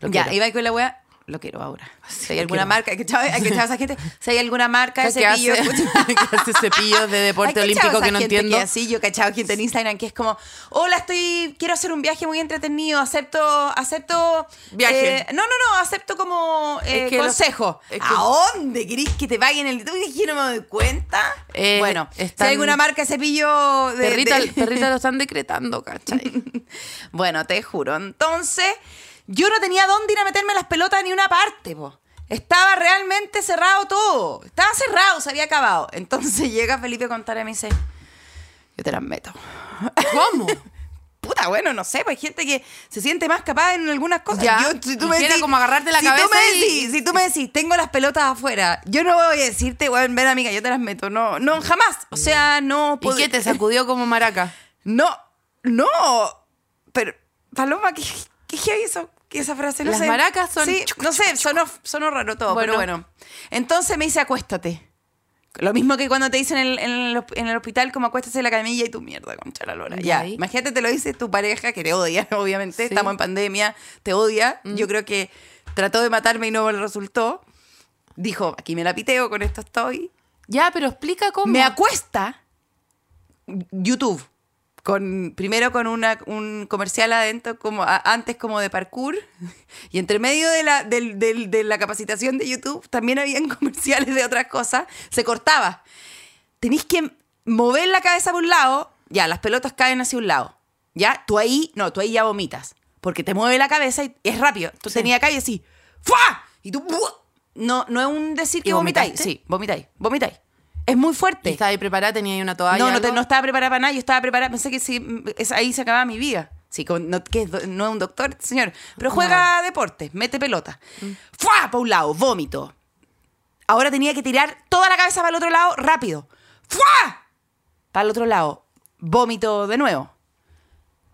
S2: Lo
S4: ya,
S2: quiero.
S4: iba con la weá. lo quiero ahora. Si hay alguna marca, hay que echar hay que echar a esa gente. Si hay alguna marca de
S2: que hace,
S4: cepillo, escucha.
S2: que hace cepillos de
S4: Hay
S2: deporte
S4: cachado
S2: olímpico
S4: esa
S2: que no
S4: gente
S2: entiendo.
S4: Que así, yo he cachado gente en Instagram que es como, hola, estoy, quiero hacer un viaje muy entretenido, acepto, acepto.
S2: Viaje.
S4: eh, no, no, no, acepto como eh,
S2: Es que
S4: consejo.
S2: los- es que-
S4: ¿A dónde querés que te paguen el ¿Tú crees que yo no me doy cuenta?
S2: Eh,
S4: bueno, si
S2: están-
S4: hay alguna marca de cepillo de-
S2: Perrita,
S4: de-
S2: perrita lo están decretando, ¿cachai?
S4: Bueno, te juro. Entonces, yo no tenía dónde ir a meterme las pelotas ni una parte, po. Estaba realmente cerrado todo. Estaba cerrado, se había acabado. Entonces llega Felipe Contreras y me dice, yo te las meto.
S2: ¿Cómo?
S4: Puta, bueno, no sé, pues hay gente que se siente más capaz en algunas cosas.
S2: Ya,
S4: Yo, si tú me
S2: quisiera
S4: decís,
S2: como agarrarte la
S4: si
S2: cabeza
S4: Tú me
S2: y-
S4: decís, Si tú me decís, tengo las pelotas afuera, yo no voy a decirte, bueno, ven amiga, yo te las meto. No, no, jamás. O sea, no
S2: ¿Y
S4: pod-
S2: qué te sacudió como maraca?
S4: no, no. Pero, Paloma, ¿qué, qué heavy eso? que Esa frase, no
S2: Las
S4: sé.
S2: maracas son-
S4: Sí, no sé, sonó, sonó raro todo,
S2: Bueno.
S4: pero bueno. Entonces me dice, acuéstate. Lo mismo que cuando te dicen en el, en el hosp- en el hospital, como acuéstate en la camilla y tu mierda, concha la lora.
S2: Ya.
S4: Ya, imagínate, te lo dice tu pareja, que te odia, obviamente,
S2: Sí. Mm.
S4: estamos en pandemia, te odia. Yo creo que trató de matarme y no le resultó. Dijo, aquí me la piteo, con esto estoy.
S2: Ya, pero explica cómo.
S4: Me acuesta YouTube. Con, primero con una, un comercial adentro, como a- antes como de parkour. Y entre medio de la, del- del- de la capacitación de YouTube también habían comerciales de otras cosas. Se cortaba. Tenéis que mover la cabeza por un lado. Ya, las pelotas caen hacia un lado. Ya, tú ahí, no, tú ahí ya vomitas. Porque te mueve la cabeza y es rápido. Tú tenías acá y así, ¡fua! Y tú, ¡buah! No, no es un decir que vomitáis.
S2: vomitaste?
S4: Sí, vomitáis, vomitáis. Es muy fuerte.
S2: Estaba ahí preparada, tenía ahí una toalla.
S4: No, no, te-
S2: algo.
S4: no estaba preparada para nada. Yo estaba preparada. Pensé que sí, mm, es- ahí se acababa mi vida. Sí, como no, que es do- no es un doctor, este señor.
S2: Ah.
S4: Pero juega deporte, mete pelota.
S2: Mm.
S4: ¡Fua! Para un lado, vómito. Ahora tenía que tirar toda la cabeza para el otro lado rápido. ¡Fua! Para el otro lado, vómito de nuevo.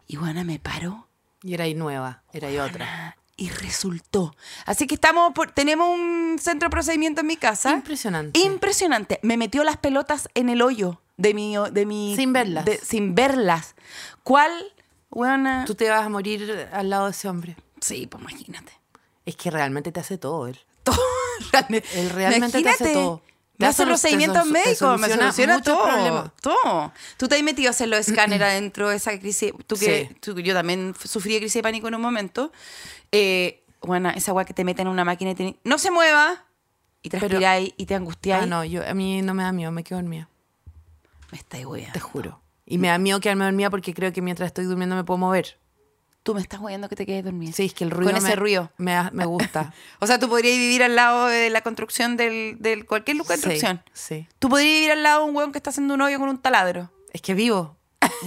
S4: Y bueno, me paro
S2: Y era ahí nueva, era ahí otra.
S4: y resultó. Así que estamos por, tenemos un centro de procedimiento en mi casa.
S2: Impresionante.
S4: Impresionante. Me metió las pelotas en el hoyo de mi de mi
S2: Sin verlas.
S4: de- sin verlas. ¿Cuál? Buena.
S2: Tú te vas a morir al lado de ese hombre.
S4: Sí, pues imagínate.
S2: Es que realmente te hace todo él.
S4: Todo.
S2: Él realmente te hace
S4: Imagínate.
S2: todo. Te
S4: Me hace
S2: solu- te
S4: procedimientos
S2: solu- te
S4: médicos, me
S2: soluciona
S4: soluciona
S2: muchos
S4: todo.
S2: problemas.
S4: Todo. Tú te has metido a hacer los escáneres adentro de esa crisis. Tú que,
S2: Sí.
S4: tú- yo también f- sufrí de crisis de pánico en un momento. Eh, bueno, esa agua que te meten en una máquina y te, no se mueva. Y transpiráis y te angustiáis.
S2: Ah, no, yo, a mí no me da miedo, me quedo dormida.
S4: Me estáis weando.
S2: Te juro. Y me da miedo quedarme dormida porque creo que mientras estoy durmiendo me puedo mover.
S4: Tú me estás weando que te quedes dormida.
S2: Sí, es que el ruido.
S4: Con ese
S2: me-
S4: ruido.
S2: Me, da- me gusta.
S4: O sea, tú podrías vivir al lado de la construcción del, del cualquier construcción.
S2: Sí, sí.
S4: Tú podrías vivir al lado de un hueón que está haciendo un hoyo con un taladro.
S2: Es que vivo.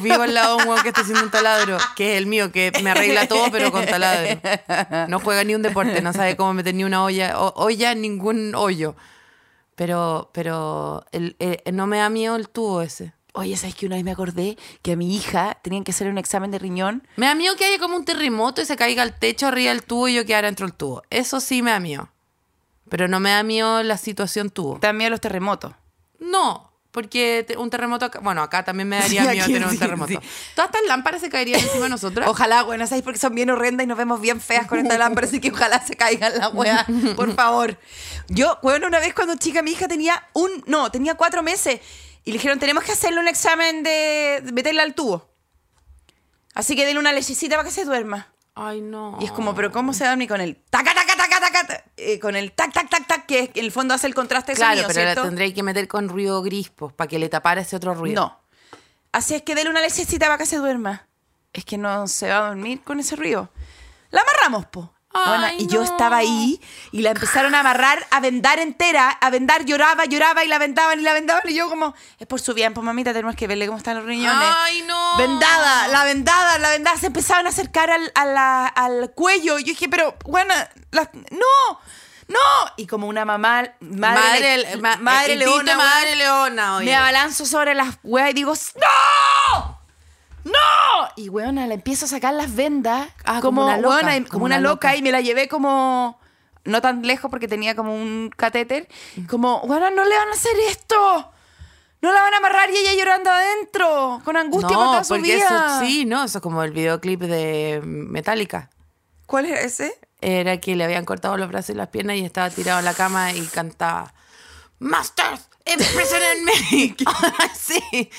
S2: Vivo al lado de un hueón que está haciendo un taladro, que es el mío, que me arregla todo, pero con taladro. No juega ni un deporte, no sabe cómo meter ni una olla, o- olla, ningún hoyo. Pero, pero el- eh, no me da miedo el tubo ese.
S4: Oye, ¿sabes que una vez me acordé que a mi hija tenían que hacer un examen de riñón?
S2: Me da miedo que haya como un terremoto y se caiga el techo arriba del tubo y yo quedara dentro del tubo. Eso sí me da miedo. Pero no me da miedo la situación tubo.
S4: Te dan miedo los terremotos.
S2: No, porque te- un terremoto acá, bueno, acá también me daría
S4: Sí,
S2: miedo
S4: aquí
S2: tener
S4: sí,
S2: un terremoto.
S4: sí.
S2: Todas estas lámparas se caerían encima de nosotras.
S4: Ojalá, bueno, ¿sabes? Porque son bien horrendas y nos vemos bien feas con esta lámpara, así que ojalá se caigan las weas, por favor. Yo, bueno, una vez cuando chica, mi hija tenía un, no, tenía cuatro meses y le dijeron, tenemos que hacerle un examen de de meterla al tubo. Así que denle una lechecita para que se duerma.
S2: Ay, no.
S4: Y es como, pero ¿cómo se duerme con el taca, taca, taca, taca, ta- eh, con el tac, tac, tac, tac, que es- que en el fondo hace el contraste de
S2: Claro,
S4: sonido,
S2: pero
S4: ¿cierto?
S2: la tendré que meter con ruido grispos para que le tapara ese otro ruido.
S4: No. Así es que dele una lechecita para que se duerma. Es que no se va a dormir con ese ruido. La amarramos, po.
S2: Ay,
S4: y yo
S2: no.
S4: estaba ahí y la empezaron a amarrar, a vendar entera, a vendar, lloraba, lloraba y la vendaban y la vendaban. Y yo como, es por su bien, pues mamita, tenemos que verle cómo están los riñones.
S2: Ay, no.
S4: Vendada, la vendada, la vendada. Se empezaban a acercar al, a la- al cuello. Yo dije, pero, bueno, la- no, no. Y como una mamá, madre,
S2: Madre,
S4: le-
S2: ma-
S4: madre
S2: el Tito
S4: leona,
S2: madre
S4: weón,
S2: leona, oye.
S4: me abalanzo sobre las weas y digo, ¡No! ¡No! Y weona, le empiezo a sacar las vendas.
S2: Ah,
S4: como,
S2: como una loca,
S4: weona, y- como,
S2: como
S4: una,
S2: una
S4: loca.
S2: loca.
S4: Y me la llevé como. No tan lejos porque tenía como un catéter. Como, weona, no le van a hacer esto. No la van a amarrar y ella llorando adentro. Con angustia por toda su
S2: porque
S4: vida.
S2: Eso, sí, no, eso es como el videoclip de Metallica.
S4: ¿Cuál era ese?
S2: era que le habían cortado los brazos y las piernas y estaba tirado en la cama y cantaba Masters, imprisoning me. sí.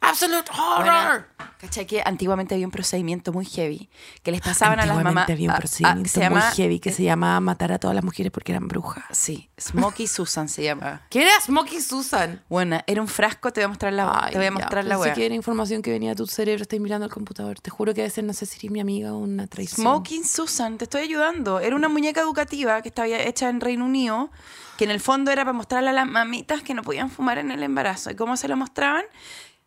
S2: Absolute horror.
S5: ¿Cachai que antiguamente había un procedimiento muy heavy que les pasaban a las
S2: Antiguamente
S5: mamás?
S2: había un
S5: a- a-
S2: procedimiento
S5: se
S2: muy
S5: llama- eh.
S2: heavy que se llamaba matar a todas las mujeres porque eran brujas.
S5: Sí, Smokey Susan se llama.
S2: ¿Qué era Smokey Susan?
S5: Buena, era un frasco, te voy a mostrar la,
S2: Ay,
S5: te voy a
S2: ya,
S5: mostrar la
S2: pensé
S5: wea.
S2: que era información que venía de tu cerebro, estoy mirando al computador. Te juro que a veces no sé si eres mi amiga o una traición.
S5: Smoking Susan, te estoy ayudando. Era una muñeca educativa que estaba hecha en Reino Unido, que en el fondo era para mostrarle a las mamitas que no podían fumar en el embarazo. ¿Y cómo se lo mostraban?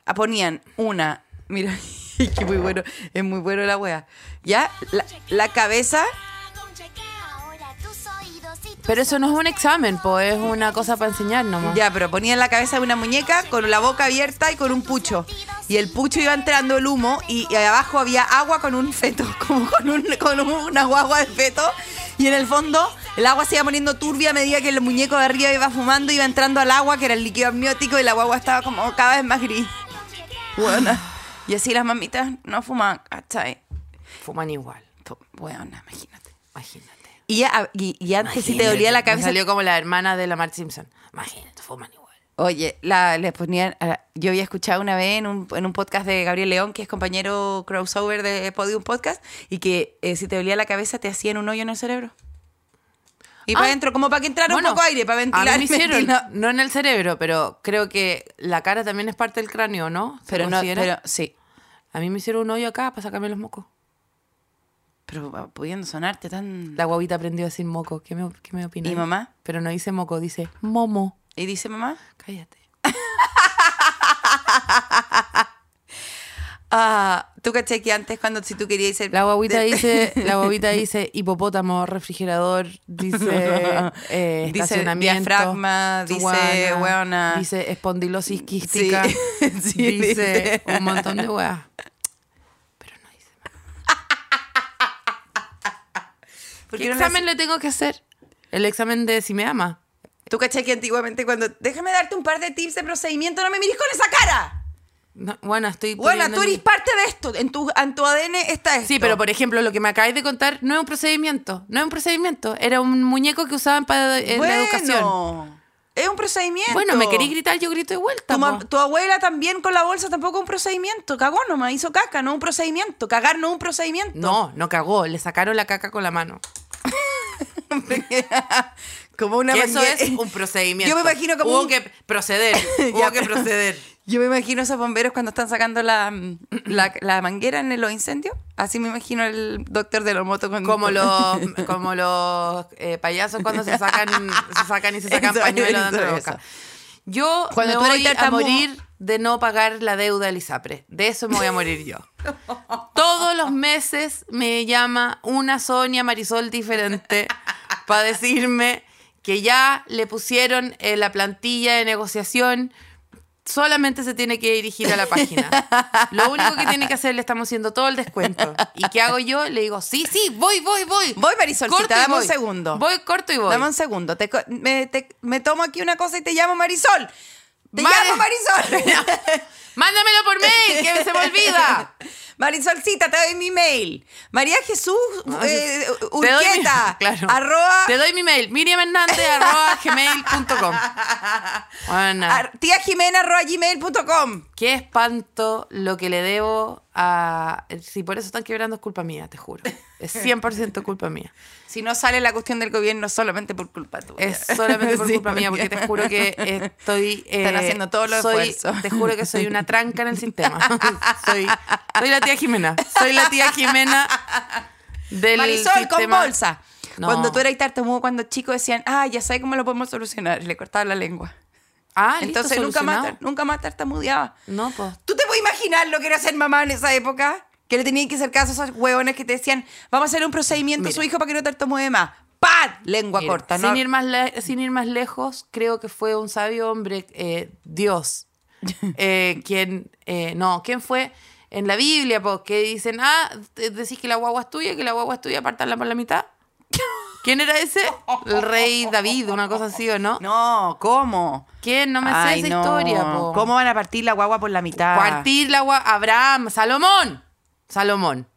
S5: Ah, Ponían una, mira, es que muy bueno, es muy bueno la wea. Ya, la, la cabeza,
S2: Pero eso no es un examen, po, es una cosa para enseñar nomás.
S4: Ya, pero ponían la cabeza de una muñeca con la boca abierta y con un pucho. Y el pucho iba entrando el humo y, y abajo había agua con un feto, como con, un- con un- una guagua de feto. Y en el fondo el agua se iba poniendo turbia a medida que el muñeco de arriba iba fumando, iba entrando al agua, que era el líquido amniótico, y la guagua estaba como cada vez más gris. Buena.
S5: y así las mamitas no fumaban, ¿cachai?
S2: Fuman igual,
S5: Fu- Weona, imagínate.
S2: imagínate.
S4: Y, ya- y- y antes si te
S2: Imagínate,
S4: dolía la
S2: me
S4: cabeza,
S2: Salió como la hermana de Lamar Simpson. Imagínate, fuman igual.
S4: Oye, la, le ponían. a la- yo había escuchado una vez en un, en un podcast de Gabriel León, que es compañero crossover de Podium Podcast, y que eh, si te dolía la cabeza te hacían un hoyo en el cerebro. Y
S2: Ah.
S4: para adentro, como para que entrara
S2: Bueno,
S4: un poco aire, para ventilar.
S2: A mí me hicieron, no,
S4: ventila-
S2: no en el cerebro, pero creo que la cara también es parte del cráneo, ¿no? ¿Se
S4: Pero no,
S2: considera?
S4: pero sí.
S2: A mí me hicieron un hoyo acá para sacarme los mocos.
S4: Pero ah, pudiendo sonarte tan.
S2: La guaguita aprendió a decir moco. ¿Qué me, qué me opinas?
S4: ¿Y mamá?
S2: Pero no dice moco, dice momo.
S4: Y dice mamá.
S2: Cállate.
S4: Ah, tú caché que antes, cuando si tú querías ser.
S2: La guaguita
S4: de-
S2: dice, la guaguita dice hipopótamo, refrigerador, dice eh,
S4: Dice
S2: estacionamiento,
S4: diafragma, dice
S2: guana,
S4: hueona.
S2: dice espondilosis quística,
S4: Sí, sí,
S2: dice
S4: dice.
S2: un montón de weas. Pero no dice.
S4: ¿Por
S2: ¿Qué
S4: qué no le
S2: examen le tengo que hacer? El examen de si me ama.
S4: Tú caché que antiguamente, cuando. Déjame darte un par de tips de procedimiento, no me mires con esa cara.
S2: No, bueno, estoy.
S4: Bueno,
S2: poniendo
S4: tú
S2: en-
S4: eres parte de esto. En tu, en tu ADN está esto.
S2: Sí, pero por ejemplo, lo que me acabáis de contar no es un procedimiento. No es un procedimiento. Era un muñeco que usaban para en la educación.
S4: Bueno, Es un procedimiento.
S2: Bueno, me queréis gritar, yo grito de vuelta.
S4: Tu, ma-
S2: po.
S4: tu abuela también con la bolsa tampoco es un procedimiento. Cagó nomás, hizo caca, no es un procedimiento. Cagar no es un procedimiento.
S2: No, no cagó. Le sacaron la caca con la mano.
S4: Como una
S2: Que eso
S4: mangue-
S2: es un procedimiento.
S4: Yo me imagino como
S2: Hubo
S4: un-
S2: que proceder. hubo
S4: Ya,
S2: que
S4: pero-
S2: proceder.
S4: Yo me imagino esos bomberos cuando están sacando la, mm, la, la manguera en los incendios. Así me imagino el doctor de los motos cuando.
S2: Como los, como los eh, payasos cuando se sacan, se sacan y se sacan
S4: Eso,
S2: pañuelos
S4: eso,
S2: dentro de la
S4: eso.
S2: boca. Yo
S4: Cuando tú
S2: me
S4: eras
S2: voy a
S4: tartamudo.
S2: morir de no pagar la deuda del ISAPRE. De eso me voy a morir yo. Todos los meses me llama una Sonia Marisol diferente para decirme que ya le pusieron eh, la plantilla de negociación. Solamente se tiene que dirigir a la página. Lo único que tiene que hacer le estamos haciendo todo el descuento. ¿Y qué hago yo? Le digo, sí, sí, voy, voy, voy.
S4: Voy, Marisolcita,
S2: y
S4: dame un
S2: voy.
S4: segundo.
S2: Voy, corto y voy.
S4: Dame un segundo. te co- me, te- me tomo aquí una cosa y te llamo Marisol. Te
S2: Mari-
S4: llamo Marisol.
S2: Mándamelo por mail, que se me olvida.
S4: Marisolcita, te doy mi mail. María Jesús eh,
S2: Ah, Te doy mi-
S4: Urquieta.
S2: claro.
S4: Arroba.
S2: Te doy mi mail, miriamhernández arroba gmail.com. Bueno,
S4: ar- tía Jimena arroba gmail.com.
S2: qué espanto lo que le debo a... Si por eso están quebrando es culpa mía, te juro. Es 100% culpa mía.
S4: Si no sale la cuestión del gobierno solamente por culpa tuya.
S2: Es solamente por
S4: Sí,
S2: culpa mía, porque te juro que estoy... eh,
S4: Están haciendo todos los
S2: soy-
S4: esfuerzos.
S2: Te juro que soy una tranca en el sistema. soy, soy la tía Jimena. Soy la tía Jimena del
S4: Marisol con
S2: sistema-
S4: bolsa.
S2: No.
S4: Cuando tú eras tartamudo, cuando chico decían, ah, ya sé cómo lo podemos solucionar. Y le cortaban la lengua.
S2: Ah, listo,
S4: Entonces nunca más, tar-
S2: solucionado.
S4: nunca más tartamudeaba.
S2: No, pues.
S4: ¿Tú te puedes imaginar lo que era ser mamá en esa época? Que le tenían que hacer caso a esos huevones que te decían, vamos a hacer un procedimiento a su hijo para que no tartamudee más. ¡Pah! Lengua
S2: Mira,
S4: corta, ¿no?
S2: sin, ir más le- sin ir más lejos, creo que fue un sabio hombre, eh, Dios, eh, quien, eh, no, ¿quién fue? En la Biblia, porque dicen, ah, te- decís que la guagua es tuya, que la guagua es tuya, apartarla por la mitad. ¿Quién era ese? El rey David, una cosa así, ¿o no?
S4: No, ¿cómo?
S2: ¿Quién? No me
S4: Ay,
S2: sé esa
S4: no.
S2: historia, po.
S4: ¿Cómo van a partir la guagua por la mitad?
S2: Partir la guagua, Abraham, Salomón. Salomón.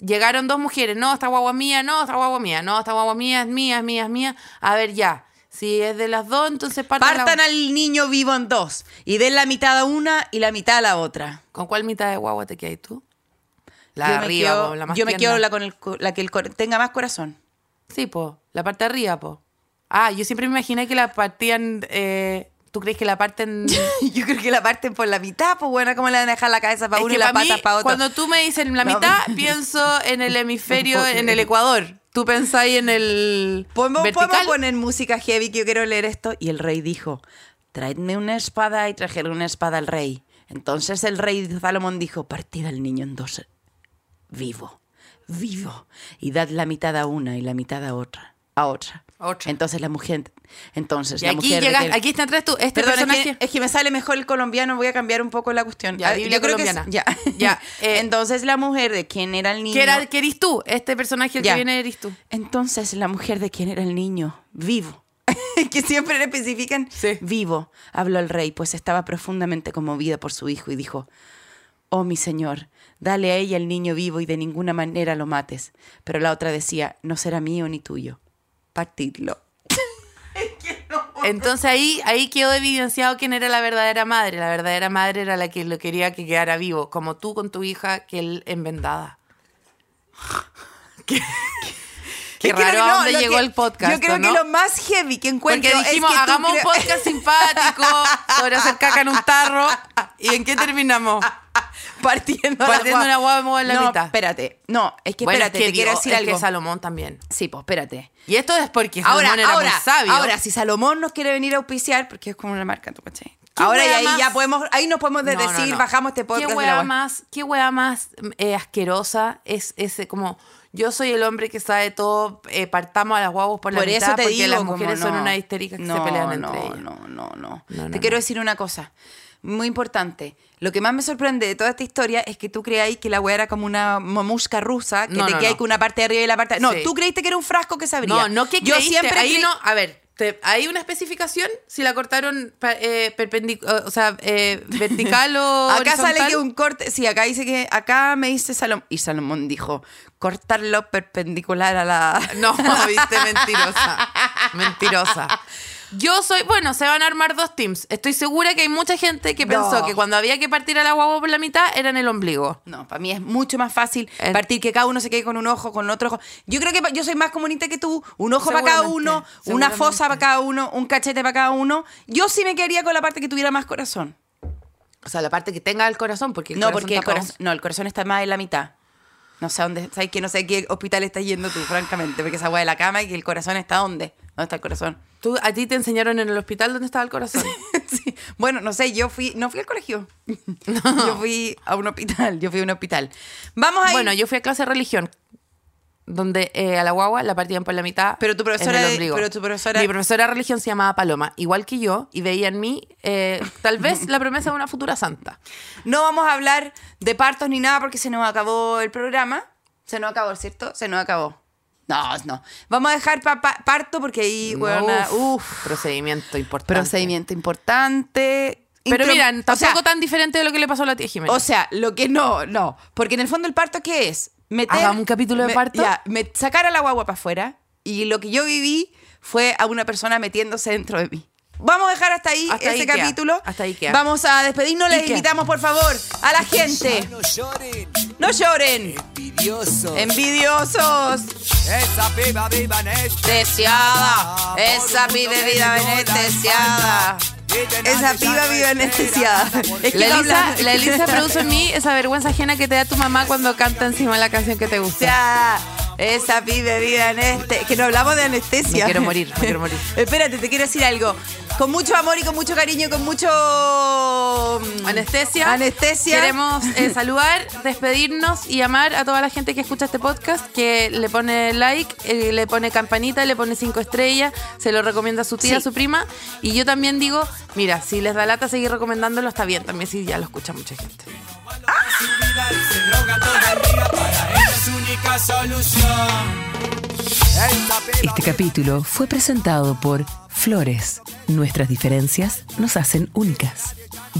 S2: Llegaron dos mujeres, no, esta guagua es mía, no, esta guagua es mía, no, esta guagua es mía, es mía, es mía, es mía. A ver, ya. Si es de las dos, entonces partan. la-
S4: Partan al niño vivo en dos y den la mitad a una y la mitad a la otra.
S2: ¿Con cuál mitad de guagua te quedas tú? La
S4: Yo
S2: de
S4: me
S2: arriba,
S4: quedo-
S2: po, la más
S4: Yo me quedo
S2: tierna.
S4: la, con el co- la que el cor- tenga más corazón.
S2: Sí, po, la parte de arriba, po. Ah, yo siempre me imaginé que la partían. eh, ¿Tú crees que la parten.?
S4: yo creo que la parten por la mitad, pues buena, ¿cómo le van a dejar la cabeza para
S2: Es
S4: uno
S2: que
S4: y la
S2: pa' mí,
S4: pata para otro?
S2: Cuando tú me dices la
S4: No.
S2: mitad, pienso en el hemisferio, en el Ecuador. Tú pensáis en el.
S4: ¿Podemos,
S2: vertical.
S4: podemos poner música heavy que yo quiero leer esto. Y el rey dijo, traedme una espada y trajeron una espada al rey. Entonces el rey Salomón dijo, partid al niño en dos. Vivo, vivo. Y dad la mitad a una y la mitad a otra. A otra.
S2: A otra.
S4: Entonces la mujer... Entonces
S2: Y
S4: la
S2: aquí
S4: mujer... de
S2: llegas,
S4: aquel-
S2: aquí está atrás tú. Este
S4: Perdón, es
S2: personaje.
S4: que, es que me sale mejor el colombiano, voy a cambiar un poco la cuestión.
S2: Ya,
S4: Ah,
S2: Biblia
S4: que es-
S2: colombiana.
S4: ya.
S2: Ya, eh,
S4: Entonces la mujer de quien era el niño...
S2: que era, que eres tú. Este personaje el
S4: Ya.
S2: que viene eres tú.
S4: Entonces, la mujer de quien era el niño, vivo. que siempre le especifican
S2: Sí.
S4: vivo, habló el rey, pues estaba profundamente conmovida por su hijo y dijo, oh mi señor, dale a ella el niño vivo y de ninguna manera lo mates. Pero la otra decía, no será mío ni tuyo, partidlo.
S2: Entonces ahí, ahí quedó evidenciado quién era la verdadera madre. La verdadera madre era la que lo quería que quedara vivo, como tú con tu hija, que él envendada. Qué, qué
S4: Yo creo
S2: raro
S4: que
S2: a
S4: no,
S2: dónde
S4: lo
S2: llegó
S4: que-
S2: el podcast.
S4: Yo creo
S2: ¿no?
S4: que lo más heavy que encuentro
S2: Porque dijimos,
S4: es que tú
S2: hagamos un
S4: cre-
S2: podcast simpático sobre hacer caca en un tarro. ¿Y en qué terminamos?
S4: partiendo,
S2: partiendo
S4: la
S2: una guava de modo en la
S4: no,
S2: mitad.
S4: espérate. No, es que
S2: Bueno,
S4: espérate,
S2: es que
S4: te quiero
S2: Dios-
S4: decir
S2: es
S4: algo.
S2: que Salomón también.
S4: sí, pues espérate.
S2: Y esto es porque Salomón era muy sabio.
S4: Ahora, si Salomón nos quiere venir a auspiciar, porque es como una marca, ¿tú cachai?
S2: ¿Qué
S4: Ahora y
S2: wea
S4: ahí
S2: más?
S4: ya podemos, ahí nos podemos de-
S2: No, no,
S4: decir,
S2: no.
S4: bajamos este podcast
S2: ¿Qué
S4: de la
S2: weá
S4: wea.
S2: más, qué weá más eh, asquerosa es ese como yo soy el hombre que sabe todo, eh, partamos a las guaguas por la
S4: Por
S2: mitad
S4: eso te
S2: porque
S4: digo,
S2: las
S4: como
S2: mujeres son
S4: no.
S2: unas histéricas que se
S4: No,
S2: pelean
S4: no,
S2: entre ellas.
S4: No, no, no,
S2: No, no,
S4: Te
S2: no.
S4: quiero decir una cosa muy importante. Lo que más me sorprende de toda esta historia es que tú creáis que la weá era como una mamusca rusa, que
S2: No,
S4: te
S2: no,
S4: quedáis
S2: no.
S4: con una parte de arriba y la parte de No,
S2: Sí.
S4: tú creíste que era un frasco que se abría.
S2: No, no que
S4: Yo
S2: creíste,
S4: siempre
S2: ahí
S4: creí-
S2: no, a ver, te- hay una especificación si la cortaron pa- eh, perpendicular, o sea, eh, vertical o
S4: Acá sale
S2: horizontal.
S4: que un corte, sí, acá dice que, acá me dice Salomón, y Salomón dijo, cortarlo perpendicular a la...
S2: No, viste, mentirosa. Mentirosa. Yo soy, bueno, se van a armar dos teams. Estoy segura que hay mucha gente que
S4: No.
S2: pensó que cuando había que partir a la guagua por la mitad era en el ombligo.
S4: No, para mí es mucho más fácil
S2: El-
S4: partir que cada uno se quede con un ojo, con otro ojo. Yo creo que pa- yo soy más comunista que tú. Un ojo para cada
S2: Seguramente,
S4: uno, una fosa
S2: seguramente.
S4: para cada uno, un cachete para cada uno. Yo sí me quedaría con la parte que tuviera más corazón.
S2: O sea, la parte que tenga el corazón, porque el
S4: no,
S2: corazón
S4: porque el
S2: tapa
S4: corazón, no, el corazón está más en la mitad. No sé a dónde, sabes que no sé a qué hospital estás yendo tú, francamente, porque esa agua de la cama y que el corazón está dónde? ¿Dónde está el corazón?
S2: once. Tú, a ti te enseñaron en el hospital dónde estaba el corazón.
S4: Sí. Bueno, no sé, yo fui, no fui al colegio. Yo fui a un hospital, yo fui a un hospital. Vamos a ir-
S2: bueno, yo fui a clase de religión, donde eh, a la guagua la partían por la mitad.
S4: Pero tu
S2: en
S4: profesora
S2: el
S4: de-
S2: ombligo.
S4: pero tu profesora-
S2: Mi profesora de religión se llamaba Paloma, igual que yo, y veía en mí eh, tal vez la promesa de una futura santa.
S4: No vamos a hablar de partos ni nada porque se nos acabó el programa. Se nos acabó, ¿cierto? Se nos acabó. No, no. Vamos a dejar pa- pa- parto porque ahí, huevona, uf,
S2: procedimiento importante.
S4: procedimiento importante.
S2: Pero
S4: Intro-
S2: mira, tampoco
S4: o sea,
S2: tan diferente de lo que le pasó a la tía Jimena.
S4: O sea, lo que no, no. Porque en el fondo el parto, ¿qué es? Meter,
S2: Hagamos un capítulo de
S4: me-
S2: parto.
S4: Ya, me- sacar a la guagua para afuera. Y lo que yo viví fue a una persona metiéndose dentro de mí. Vamos a dejar hasta ahí
S2: Hasta
S4: ese
S2: ahí queda.
S4: capítulo.
S2: Hasta ahí queda.
S4: Vamos a despedirnos. Les
S2: Ike.
S4: invitamos, por favor, a la gente.
S6: No lloren,
S4: No lloren, Eh.
S6: envidiosos.
S4: envidiosos.
S6: Esa piba viva en este.
S4: Deseada, esa
S6: Todo el
S4: piba
S6: mundo
S4: viva
S6: que le
S4: en
S6: dio la
S4: deseada.
S6: espalda.
S4: Esa
S6: Y
S4: piba
S6: ya
S4: viva en
S6: espera,
S4: deseada.
S6: porque
S4: Es que
S2: la
S4: no
S2: Elisa,
S4: habla-
S2: la Elisa produce en mí esa vergüenza ajena que te da tu mamá cuando canta encima la canción que te gusta.
S4: Deseada, Esa piba viva en este. Que no hablamos de anestesia.
S2: Me quiero morir, me quiero morir.
S4: Espérate, te quiero decir algo. Con mucho amor y con mucho cariño y con mucho. mm,
S2: Anestesia.
S4: Anestesia.
S2: Queremos eh, saludar, despedirnos y amar a toda la gente que escucha este podcast, que le pone like, eh, le pone campanita, le pone cinco estrellas, se lo recomienda a su tía,
S4: Sí.
S2: a su prima. Y yo también digo, mira, si les da lata seguir recomendándolo, está bien, también si ya lo escucha mucha gente.
S6: su vida se droga todo el día, para ella es su única solución. Esa piba
S1: Este capítulo fue presentado por Flores. Nuestras diferencias nos hacen únicas.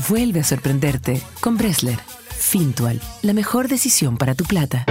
S1: Vuelve a sorprenderte con Bresler. Fintual, la mejor decisión para tu plata.